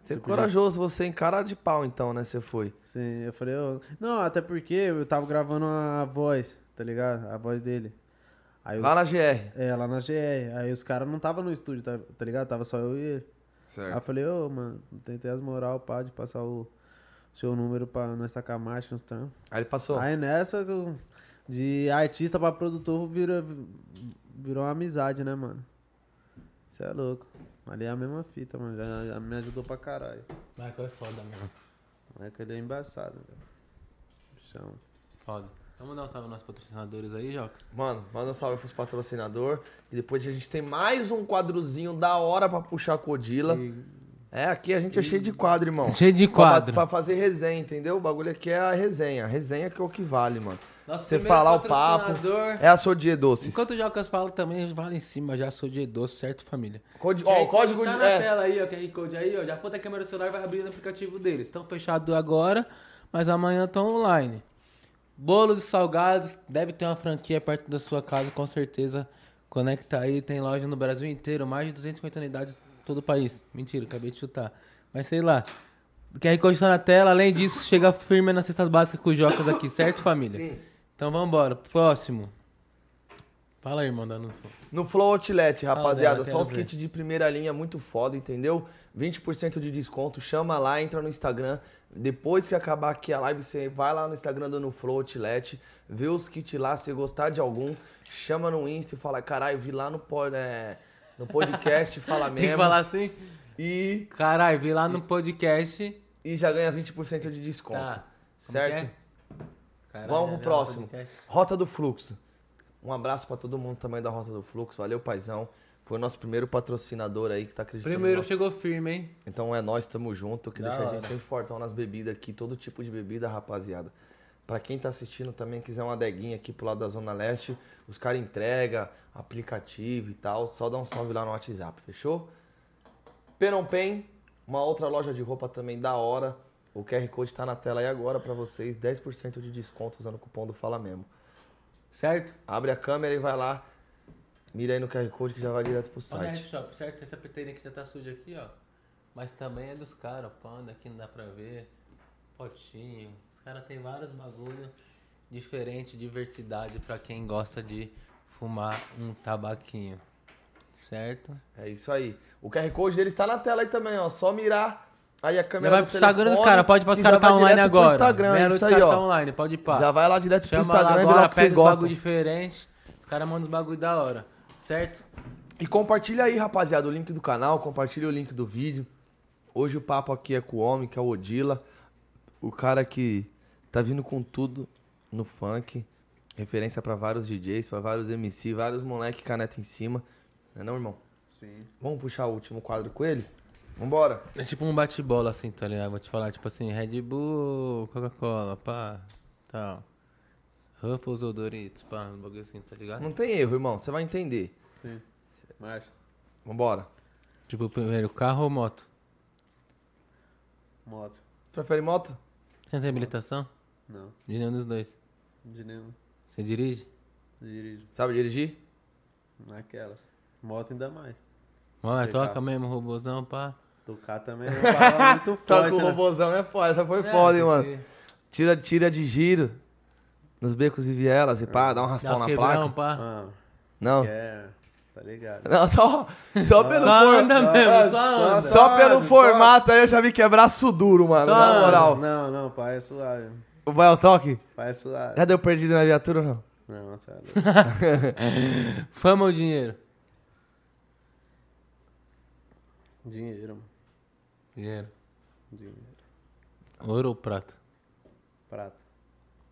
Speaker 1: Você é
Speaker 3: Tipo,
Speaker 1: corajoso, você encara de pau então, né? Você foi.
Speaker 3: Sim. Eu falei, ô. Não, até porque eu tava gravando a voz, tá ligado? A voz dele. Aí os-
Speaker 1: Lá na GR.
Speaker 3: É, lá na GR. Aí os caras não tava no estúdio, tá, tá ligado? Tava só eu e ele. Aí eu falei, ô, mano, tentei as moral, pá, de passar o seu número pra nós tacar marcha uns trampos.
Speaker 1: Aí ele passou.
Speaker 3: Aí nessa, eu- de artista pra produtor, virou, virou uma amizade, né, mano? Cê Você é louco. Ali é a mesma fita, mano. Já, já me ajudou pra caralho.
Speaker 2: Michael é foda, mano.
Speaker 3: Mas que ele é embaçado, cara. Chão.
Speaker 2: Foda. Vamos dar um salve aos nossos patrocinadores aí, Jocas?
Speaker 1: Mano, manda um salve pros patrocinador. E depois a gente tem mais um quadrozinho da hora pra puxar a Codila. É, aqui a gente é cheio de quadro, irmão.
Speaker 2: Cheio de
Speaker 1: Pra-
Speaker 2: quadro.
Speaker 1: Pra, fazer resenha, entendeu? O bagulho aqui é a resenha. A resenha que é o que vale, mano.
Speaker 2: Nosso
Speaker 1: Você
Speaker 2: primeiro
Speaker 1: falar o papo.
Speaker 2: patrocinador.
Speaker 1: É a Sodie Doces.
Speaker 2: Enquanto o Jocas fala também, vale em cima, já sou de doce, certo, família?
Speaker 1: Codi- ó, o código
Speaker 2: tá
Speaker 1: de.
Speaker 2: na
Speaker 1: é,
Speaker 2: tela aí, ó, QR Code aí, ó. Já aponta a câmera do celular e vai abrir no aplicativo deles. Estão fechados agora, mas amanhã estão online. Bolos e salgados, deve ter uma franquia perto da sua casa, com certeza. Conecta aí, tem loja no Brasil inteiro, mais de 250 unidades em todo o país. Mentira, acabei de chutar. Mas sei lá. O QR Code tá na tela, além disso, chega firme nas cestas básicas com os Jocas aqui, certo, família?
Speaker 1: Sim.
Speaker 2: Então vambora, próximo. Fala aí, irmão, dando
Speaker 1: No Flow Outlet, rapaziada,
Speaker 2: Ah, né,
Speaker 1: só os
Speaker 2: quero ver.
Speaker 1: kits de primeira linha muito foda, entendeu? 20% de desconto, chama lá, entra no Instagram. Depois que acabar aqui a live, você vai lá no Instagram do No Flow Outlet, vê os kits lá, se gostar de algum, chama no Insta e fala, caralho, vi lá no, pod, é, no
Speaker 2: [laughs]
Speaker 1: podcast, fala
Speaker 2: Tem que
Speaker 1: mesmo.
Speaker 2: falar assim?
Speaker 1: E,
Speaker 2: Caralho, vi lá no podcast.
Speaker 1: e já ganha 20% de desconto,
Speaker 2: Tá. Como
Speaker 1: certo?
Speaker 2: que é? Caralho,
Speaker 1: Vamos
Speaker 2: já
Speaker 1: pro
Speaker 2: vi lá no
Speaker 1: próximo.
Speaker 2: podcast.
Speaker 1: Rota do Fluxo. Um abraço pra todo mundo também da Rota do Fluxo. Valeu, paizão. Foi o nosso primeiro patrocinador aí que tá acreditando no
Speaker 2: Primeiro
Speaker 1: nosso
Speaker 2: chegou firme, hein?
Speaker 1: Então é nós, tamo junto, que
Speaker 2: Da
Speaker 1: deixa a
Speaker 2: hora.
Speaker 1: gente sempre fortão nas bebidas aqui, todo tipo de bebida, rapaziada. Pra quem tá assistindo também, quiser uma adeguinha aqui pro lado da Zona Leste, os caras entrega, aplicativo e tal, só dá um salve lá no WhatsApp, fechou? Penompen, uma outra loja de roupa também da hora. O QR Code tá na tela aí agora pra vocês, 10% de desconto usando o cupom do Fala Mesmo.
Speaker 2: Certo?
Speaker 1: Abre a câmera e vai lá, mira aí no QR Code que já vai direto pro
Speaker 2: Olha a
Speaker 1: site.
Speaker 2: Shop, certo? Essa peteirinha que já tá suja aqui, ó. Mas também é dos caras, panda, aqui não dá pra ver. Potinho. Os caras têm vários bagulho diferente, diversidade pra quem gosta de fumar um tabaquinho. Certo?
Speaker 1: É isso aí. O QR Code dele está na tela aí também, ó. Só mirar. Aí a câmera
Speaker 2: Já vai
Speaker 1: do
Speaker 2: pro Instagram dos
Speaker 1: telefone
Speaker 2: caras, pode ir
Speaker 1: e
Speaker 2: pros
Speaker 1: já
Speaker 2: caras
Speaker 1: vai
Speaker 2: tá online
Speaker 1: direto pro
Speaker 2: agora.
Speaker 1: Instagram, é
Speaker 2: Meia-noite
Speaker 1: isso
Speaker 2: os
Speaker 1: aí,
Speaker 2: caras tá
Speaker 1: ó.
Speaker 2: online, pode ir pá.
Speaker 1: Já vai lá direto pro
Speaker 2: Chama
Speaker 1: Instagram
Speaker 2: lá
Speaker 1: e vê lá
Speaker 2: agora,
Speaker 1: o que vocês
Speaker 2: pega os
Speaker 1: gostam.
Speaker 2: bagulho diferente. Os caras mandam os bagulho da hora. Certo?
Speaker 1: E compartilha aí, rapaziada, o link do canal, compartilha o link do vídeo. Hoje o papo aqui é com o homem, que é o Odila. O cara que tá vindo com tudo no funk. Referência pra vários DJs, pra vários MC, vários moleque caneta em cima. Não é não, irmão?
Speaker 3: Sim.
Speaker 1: Vamos puxar o último quadro com ele? Vambora.
Speaker 2: É tipo um bate-bola assim, tá ligado? Vou te falar, tipo assim, Red Bull, Coca-Cola, pá, tal. Ruffles ou Doritos, pá, um bagulho assim, tá ligado?
Speaker 1: Não tem erro, irmão. Você vai entender.
Speaker 3: Sim. Marcha.
Speaker 1: Vambora.
Speaker 2: Tipo, primeiro, carro ou moto?
Speaker 3: Moto.
Speaker 1: Prefere moto?
Speaker 2: Você não tem habilitação?
Speaker 3: Não.
Speaker 2: De nenhum dos dois.
Speaker 3: De nenhum.
Speaker 2: Você dirige?
Speaker 3: Dirijo.
Speaker 1: Sabe dirigir?
Speaker 3: Naquelas. Moto ainda mais.
Speaker 2: Mano,
Speaker 3: Legal.
Speaker 2: toca mesmo, robôzão, pá.
Speaker 3: Tocar também é uma palavra [laughs] muito
Speaker 1: Tá
Speaker 3: forte,
Speaker 1: com o
Speaker 3: né?
Speaker 1: robôzão, é foda. Essa foi
Speaker 2: É,
Speaker 1: foda, hein,
Speaker 2: tem
Speaker 1: mano.
Speaker 2: que
Speaker 1: Tira, tira de giro nos becos e vielas e pá, dá um
Speaker 2: Dá
Speaker 1: raspão
Speaker 2: os
Speaker 1: na placa. Ah.
Speaker 2: quebrão, pá.
Speaker 3: Mano,
Speaker 1: Não.
Speaker 3: quer. Tá ligado.
Speaker 1: Não, só, só pelo,
Speaker 2: Só
Speaker 1: for-
Speaker 2: anda mesmo, só anda.
Speaker 1: só pelo
Speaker 3: Suave,
Speaker 1: formato aí eu já vi quebrar suduro, mano. Na
Speaker 2: Suave.
Speaker 1: moral.
Speaker 3: Não, não, pai é suave.
Speaker 1: O Bael Toque?
Speaker 3: Pai é suave.
Speaker 1: Já deu perdido na viatura ou não?
Speaker 3: Não, tá louco.
Speaker 2: Fama ou dinheiro?
Speaker 3: Dinheiro, mano.
Speaker 2: Dinheiro.
Speaker 3: Dinheiro.
Speaker 2: Ouro ou prata?
Speaker 3: Prata.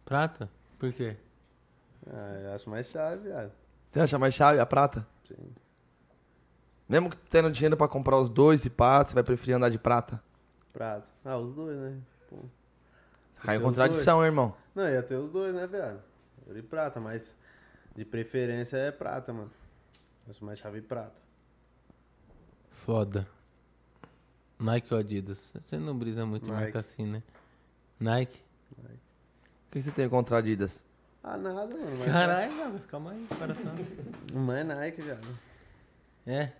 Speaker 2: Prata? Por quê?
Speaker 3: Ah, eu acho mais chave, viado.
Speaker 1: Você acha mais chave, a prata?
Speaker 3: Sim.
Speaker 1: Mesmo que tendo dinheiro pra comprar os dois e pá, você vai preferir andar de prata?
Speaker 3: Prata. Ah, os dois, né? Pô.
Speaker 1: Cai em
Speaker 3: Tem os
Speaker 1: contradição, hein, irmão.
Speaker 3: Não, ia ter os dois, né, viado? Ouro e prata, mas de preferência é prata, mano. Acho mais chave prata.
Speaker 2: Foda. Nike ou Adidas? Você não brisa muito em
Speaker 3: Nike.
Speaker 2: marca assim, né? Nike?
Speaker 1: O que você tem contra a Adidas?
Speaker 3: Ah, nada, mano. Mas
Speaker 2: Caralho, Jogos, calma aí, coração.
Speaker 3: Não é Nike, viado.
Speaker 2: É?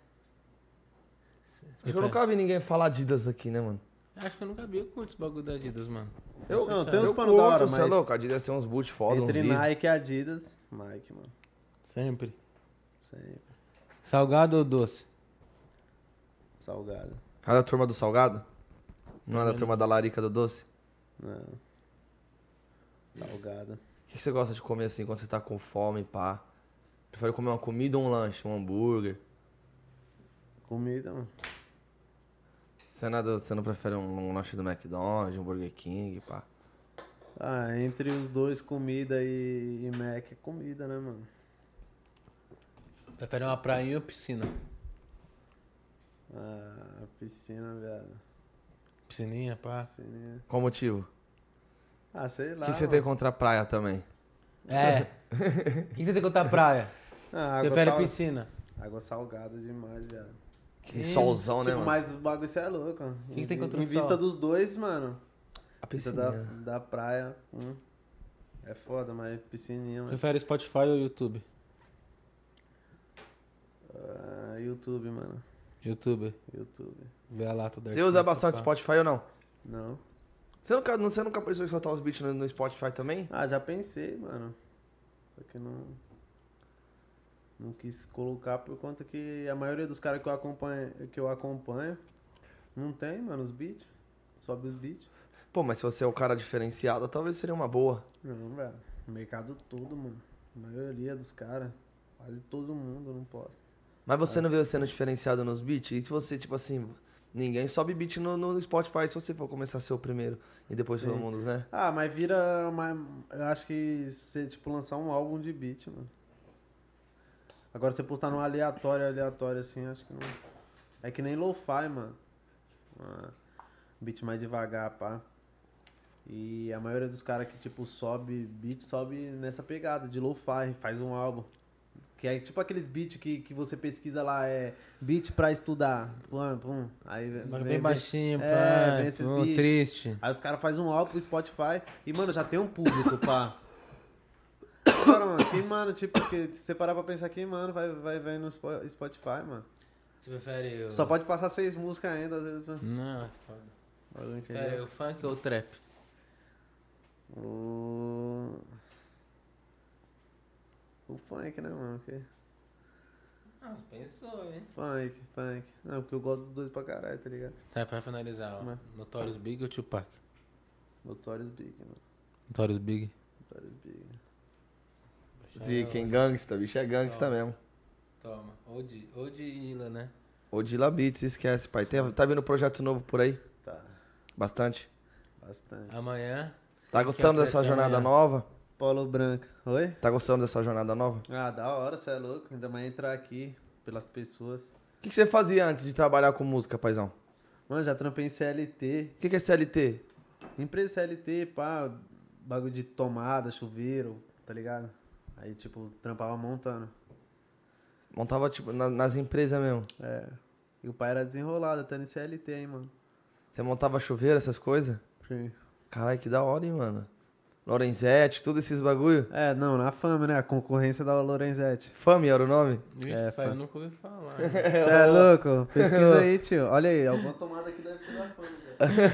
Speaker 1: Acho que eu nunca vi ninguém falar Adidas aqui, né, mano?
Speaker 2: Acho que eu nunca vi, eu curto esse bagulho da Adidas, mano.
Speaker 1: Eu,
Speaker 3: Não, tem uns
Speaker 1: eu
Speaker 3: pano da hora,
Speaker 1: curto, cê é
Speaker 3: mas-
Speaker 1: louco, a Adidas tem uns boot foda, uns
Speaker 3: Entre
Speaker 1: Yeezy.
Speaker 3: Nike e Adidas, Nike, mano.
Speaker 2: Sempre.
Speaker 3: Sempre.
Speaker 2: Salgado ou doce?
Speaker 3: Salgado.
Speaker 1: É da turma do salgado? Não é da turma da larica do doce?
Speaker 3: Não. Salgado.
Speaker 1: O que que você gosta de comer assim quando você tá com fome, pá? Prefere comer uma comida ou um lanche? Um hambúrguer?
Speaker 3: Comida, mano.
Speaker 1: Você, é nada, você não prefere um, um lanche do McDonald's, um Burger King, pá?
Speaker 3: Ah, entre os dois, comida e, e Mac, é comida, né, mano?
Speaker 2: Prefere uma prainha ou piscina?
Speaker 3: Ah, piscina, viado.
Speaker 2: Piscininha, pá.
Speaker 3: Piscininha.
Speaker 1: Qual o motivo?
Speaker 3: Ah, sei
Speaker 1: O
Speaker 3: lá.
Speaker 1: que, que você tem
Speaker 3: mano.
Speaker 1: contra a praia também?
Speaker 3: [laughs]
Speaker 2: É. O que você tem contra a praia?
Speaker 3: Ah,
Speaker 2: Você
Speaker 3: água,
Speaker 2: prefere
Speaker 3: sal-
Speaker 2: piscina.
Speaker 3: água salgada demais, viado.
Speaker 1: Que tem solzão, né,
Speaker 3: tipo,
Speaker 1: mano?
Speaker 3: mas o bagulho isso é louco. mano.
Speaker 2: que
Speaker 3: Em
Speaker 2: tem
Speaker 3: vi-
Speaker 2: contra o
Speaker 3: Em
Speaker 2: sol?
Speaker 3: vista dos dois, mano.
Speaker 1: A
Speaker 3: Vista da, da praia. hum. É foda, mas piscininha, mano.
Speaker 2: Prefere Spotify ou YouTube?
Speaker 3: Ah, YouTube, mano.
Speaker 2: YouTube.
Speaker 3: YouTube.
Speaker 2: Vê a lata da
Speaker 1: Você
Speaker 3: tá
Speaker 1: usa bastante Spotify ou não?
Speaker 3: Não.
Speaker 1: Você nunca, não- você nunca pensou em soltar os beats no, no Spotify também?
Speaker 3: Ah, já pensei, mano. Só que não. Não quis colocar por conta que a maioria dos caras que eu acompanho, que eu acompanho não tem, mano, os beats. Sobe os beats.
Speaker 1: Pô, mas se você é o cara diferenciado, talvez seria uma boa.
Speaker 3: Não, velho. O Mercado todo, mano. A maioria dos caras. Quase todo mundo não posta.
Speaker 1: Mas
Speaker 2: É.
Speaker 1: você não vê sendo diferenciado nos beats? E se você, tipo assim, ninguém sobe beat no, no Spotify se você for começar a ser o primeiro e depois
Speaker 3: Sim.
Speaker 1: todo mundo, né?
Speaker 3: Ah, mas vira. Mas eu acho que você, tipo, lançar um álbum de beat, mano. Agora você postar num aleatório, aleatório assim, acho que não. É que nem lo-fi, mano. Uma- Beat mais devagar, pá. E a maioria dos caras que, tipo, sobe beat, sobe nessa pegada de lo-fi, faz um álbum. Que é tipo aqueles beats que, que você pesquisa lá, é beat pra estudar. Pum, pum. Aí vem-
Speaker 2: Bem,
Speaker 3: vem-
Speaker 2: baixinho,
Speaker 3: É,
Speaker 2: pá.
Speaker 3: vem esses
Speaker 2: pô,
Speaker 3: beats.
Speaker 2: triste.
Speaker 3: Aí os caras fazem um álbum pro Spotify e, mano, já tem um público, pá. Agora, mano, quem, mano, tipo, que, se você parar pra pensar quem, mano, vai, vai, vai no Spo- Spotify, mano.
Speaker 2: Você prefere o...
Speaker 3: Só pode passar seis músicas ainda, às vezes. né? mano.
Speaker 2: Não, é foda.
Speaker 3: Bagulho,
Speaker 2: Prefere
Speaker 3: entendeu?
Speaker 2: o funk ou o trap?
Speaker 3: é. O... O funk, né, mano? Que...
Speaker 2: Não, Ah, pensou, hein?
Speaker 3: Funk, funk. Não, porque eu gosto dos dois pra caralho, tá ligado?
Speaker 2: Tá, pra finalizar, ó.
Speaker 3: Né?
Speaker 2: Notorious Big ou Tupac?
Speaker 3: Notorious Big, mano.
Speaker 2: Notorious Big.
Speaker 3: Notorious Big.
Speaker 1: Zica, hein? é Gangsta, bicho é gangsta mesmo.
Speaker 2: Toma. Ou de, ou de Ila, né?
Speaker 1: Odila Beats, esquece, pai. Tem, tá vindo projeto novo por aí?
Speaker 3: Tá,
Speaker 1: Bastante.
Speaker 3: bastante.
Speaker 2: Amanhã.
Speaker 1: Tá gostando
Speaker 2: Quer
Speaker 1: dessa
Speaker 2: aparecer
Speaker 1: jornada
Speaker 2: amanhã?
Speaker 1: nova?
Speaker 3: Polo Branca. Oi?
Speaker 1: Tá gostando dessa jornada nova?
Speaker 3: Ah, da hora, você é louco. Ainda mais entrar aqui pelas pessoas.
Speaker 1: O que, que você fazia antes de trabalhar com música, paizão?
Speaker 3: Mano, já trampei em CLT.
Speaker 1: O que, que é CLT?
Speaker 3: Empresa CLT, pá, bagulho de tomada, chuveiro, tá ligado? Aí, tipo, trampava montando.
Speaker 1: Montava tipo, na- nas empresas mesmo.
Speaker 3: É. E o pai era desenrolado, até no CLT, hein, mano.
Speaker 1: Você montava chuveiro, essas coisas?
Speaker 3: Sim.
Speaker 1: Caralho, que da hora, hein, mano. Lorenzetti, todos esses bagulho.
Speaker 3: É, não, na fama, né? A concorrência
Speaker 1: [laughs]
Speaker 3: da Lorenzetti.
Speaker 1: Fame era o nome?
Speaker 2: Ixi,
Speaker 3: É,
Speaker 2: isso aí
Speaker 3: fã.
Speaker 2: eu nunca ouvi falar.
Speaker 1: [laughs]
Speaker 3: Você é louco? Pesquisa aí, tio. Olha aí, alguma tomada que deve ser da fama, velho.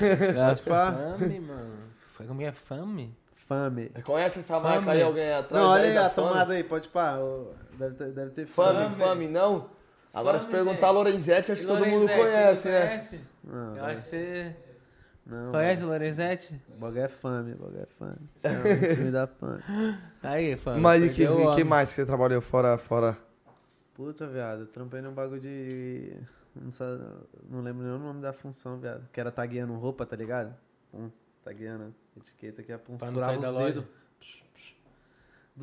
Speaker 2: [laughs]
Speaker 1: É, tipo,
Speaker 2: Graças
Speaker 1: ah.
Speaker 3: pá.
Speaker 2: Fame, mano. Foi como é fame?
Speaker 3: Fame.
Speaker 1: Conhece essa
Speaker 2: marca Fame. aí, alguém
Speaker 1: atrás?
Speaker 3: Não, olha aí a tomada aí, pode pá. Ô, Deve ter, deve ter
Speaker 1: Fame,
Speaker 3: fame.
Speaker 1: fame, não? Agora se
Speaker 2: Fame,
Speaker 1: perguntar
Speaker 2: velho.
Speaker 1: Lorenzetti, acho que todo mundo conhece, né?
Speaker 2: Conhece?
Speaker 3: Não,
Speaker 2: Eu acho que você
Speaker 3: não.
Speaker 2: conhece o Lorenzetti?
Speaker 3: O bagulho é fame, o bagulho é [laughs] fame. Isso é um time da fame.
Speaker 2: Aí, fame.
Speaker 1: Mas e que,
Speaker 2: perdeu o
Speaker 1: que
Speaker 2: homem.
Speaker 1: mais que você trabalhou fora, fora?
Speaker 3: Puta, viado, eu trampei num bagulho de. Não, sa- não lembro nem o nome da função, viado. Que era tagueando roupa, tá ligado? Pum, tagueando etiqueta que ia pum,
Speaker 2: Pra não sair da
Speaker 3: os
Speaker 2: loja.
Speaker 3: dedos. Do-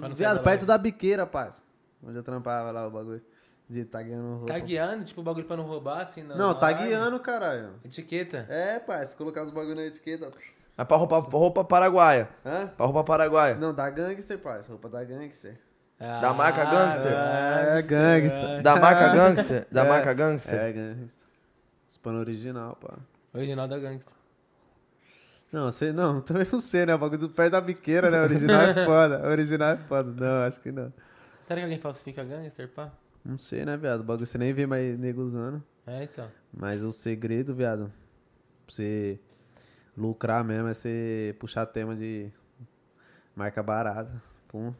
Speaker 2: Pra não sair
Speaker 3: viado,
Speaker 2: da
Speaker 3: perto
Speaker 2: loja.
Speaker 3: da biqueira, paz. Onde eu trampava lá o bagulho. De tagueando roupa.
Speaker 2: Tagueando, tipo, o bagulho pra não roubar, assim, na-
Speaker 3: Não,
Speaker 1: tá
Speaker 2: na
Speaker 3: tagueando, caralho.
Speaker 2: live? Etiqueta.
Speaker 3: É, parça, colocar os bagulho na etiqueta.
Speaker 1: Mas pra roupa, pra roupa paraguaia.
Speaker 3: Hã?
Speaker 1: Pra roupa paraguaia.
Speaker 3: Não, da gangster, parça. Roupa da gangster.
Speaker 2: Ah,
Speaker 1: Da marca Gangster?
Speaker 3: É, gangster.
Speaker 1: Da marca Gangster? Da
Speaker 3: É.
Speaker 1: marca Gangster?
Speaker 3: É, gangster. Os pano original, pá.
Speaker 2: Original da Gangster.
Speaker 3: Não, sei, não, [laughs] também não sei, né? O bagulho do pé da biqueira, né? Original é foda. Original é foda. Não, acho que não.
Speaker 2: Será que alguém falsifica Gangster, pá?
Speaker 3: Não sei, né, viado? O bagulho você nem vê mais nego usando.
Speaker 2: É, então.
Speaker 3: Mas o segredo, viado, pra você lucrar mesmo é você puxar tema de marca barata. Pum.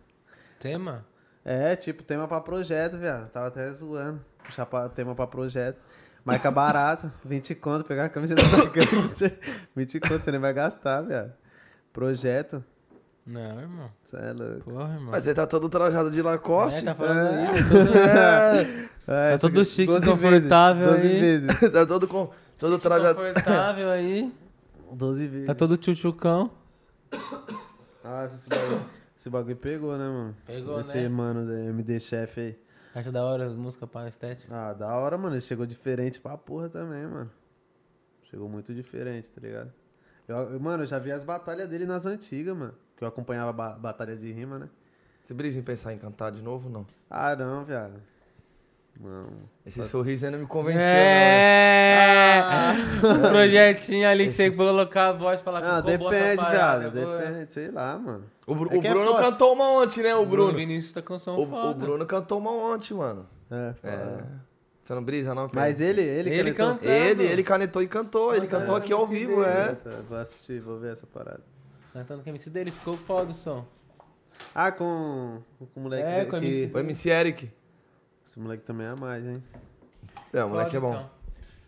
Speaker 2: Tema?
Speaker 3: É, tipo, tema pra projeto, viado. Tava até zoando. Puxar pra- tema pra projeto. Marca barata, [laughs] 20 conto, pegar a [laughs] camisa da gangster. 20 conto, você nem vai gastar, viado. Projeto.
Speaker 2: Não, irmão.
Speaker 5: Você é louco.
Speaker 2: Porra, irmão.
Speaker 1: Mas ele tá todo trajado de Lacoste.
Speaker 2: É, tá falando
Speaker 5: É.
Speaker 2: isso.
Speaker 1: [laughs]
Speaker 2: Todo...
Speaker 5: É,
Speaker 2: Tá todo chique,
Speaker 5: 12
Speaker 2: confortável
Speaker 5: vezes, 12
Speaker 2: aí.
Speaker 5: vezes.
Speaker 1: tá todo com. Todo trajado.
Speaker 2: confortável aí.
Speaker 3: 12 vezes.
Speaker 2: Tá todo tchutchucão.
Speaker 3: Ah, esse bagulho, esse bagulho pegou, né, mano?
Speaker 2: Pegou,
Speaker 3: Esse
Speaker 2: né?
Speaker 3: mano da MD Chef aí.
Speaker 2: Acha da hora as músicas para estética.
Speaker 3: Ah, da hora, mano. Ele chegou diferente pra porra também, mano. Chegou muito diferente, tá ligado? Eu, eu- mano, eu já vi as batalhas dele nas antigas, mano. Que eu acompanhava ba batalha de rima, né?
Speaker 1: Você brisa em pensar em cantar de novo, não?
Speaker 3: Ah, não, viado. Não.
Speaker 1: Esse sorriso aí não né? me convenceu,
Speaker 2: É! Um projetinho ali que você colocar a voz e falar
Speaker 3: Ah,
Speaker 2: "Ficou boa essa
Speaker 3: depende,
Speaker 2: parada,
Speaker 3: viado.
Speaker 2: boa".
Speaker 3: Depende, sei lá, mano.
Speaker 1: não. O, Bru-
Speaker 3: É
Speaker 1: o
Speaker 3: que é
Speaker 1: Bruno
Speaker 3: foda.
Speaker 1: cantou uma ontem, né? O
Speaker 2: O Bruno
Speaker 1: Bruno.
Speaker 2: Vinícius tá com som
Speaker 1: O,
Speaker 2: foda.
Speaker 1: o Bruno cantou uma ontem, mano.
Speaker 3: É,
Speaker 1: É. Você não brisa, não? Pedro?
Speaker 3: Mas ele, ele,
Speaker 2: Ele
Speaker 3: cantou.
Speaker 2: canta.
Speaker 1: Ele, ele canetou e cantou. Ele
Speaker 2: Cantando
Speaker 1: cantou aqui ao
Speaker 2: MC
Speaker 1: vivo,
Speaker 3: É,
Speaker 1: é.
Speaker 3: tá, Vou assistir, vou ver essa parada.
Speaker 2: Cantando com a MC dele, ficou foda o som.
Speaker 3: Ah, com, com o moleque
Speaker 2: É,
Speaker 3: que-
Speaker 2: com a
Speaker 3: que-
Speaker 1: O MC Eric.
Speaker 3: Esse moleque também é a mais, hein?
Speaker 1: É, o moleque é
Speaker 2: Foda,
Speaker 1: bom.
Speaker 2: então.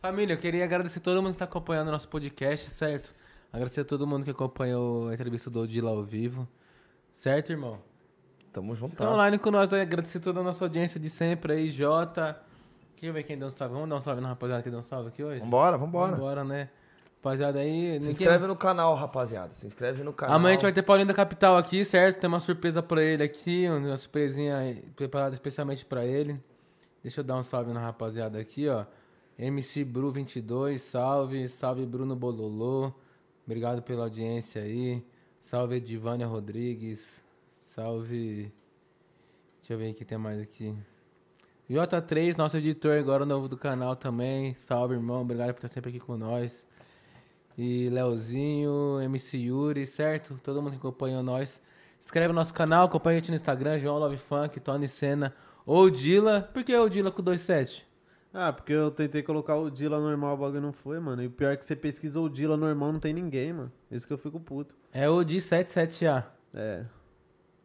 Speaker 2: Família, eu queria agradecer todo mundo que tá acompanhando nosso podcast, certo? Agradecer a todo mundo que acompanhou a entrevista do Odila ao vivo. Certo, irmão?
Speaker 1: Tamo
Speaker 2: Tá
Speaker 1: juntão.
Speaker 2: online com nós aí, agradecer toda a nossa audiência de sempre aí, Jota. Deixa eu ver quem deu um salve. Vamos dar um salve na rapaziada que deu um salve aqui hoje?
Speaker 1: Vambora, vambora.
Speaker 2: Bora, né? Rapaziada aí.
Speaker 1: Se
Speaker 2: ninguém-
Speaker 1: inscreve no canal, rapaziada. Se inscreve no canal.
Speaker 2: Amanhã a gente vai ter Paulinho da Capital aqui, certo? Tem uma surpresa pra ele aqui, uma surpresinha aí, preparada especialmente pra ele. Deixa eu dar um salve na rapaziada aqui, ó. MC Bru22, salve. Salve Bruno Bololô. Obrigado pela audiência aí. Salve Edivânia Rodrigues. Salve. Deixa eu ver o que tem mais aqui. J3, nosso editor agora novo do canal também. Salve, irmão. Obrigado por estar sempre aqui com nós. E Leozinho, MC Yuri, certo? Todo mundo que acompanhou nós. Se inscreve no nosso canal, acompanha a gente no Instagram, João Love Funk, Tony Senna ou Dila. Por que o Dila com 27?
Speaker 3: Ah, porque eu tentei colocar o Dila normal, o bagulho não foi, mano. E o pior é que você pesquisou o Dila normal, não tem ninguém, mano. Isso que eu fico puto.
Speaker 2: É o de 77A.
Speaker 3: É,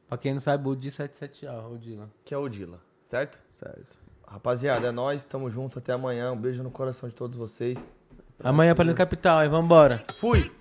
Speaker 2: Pra quem não sabe, o de 77A, o Dila.
Speaker 1: Que é o Dila, certo?
Speaker 3: certo.
Speaker 1: Rapaziada, é nóis. Tamo junto. Até amanhã. Um beijo no coração de todos vocês.
Speaker 2: Amanhã pra Lino Capital, hein? Vambora.
Speaker 1: Fui!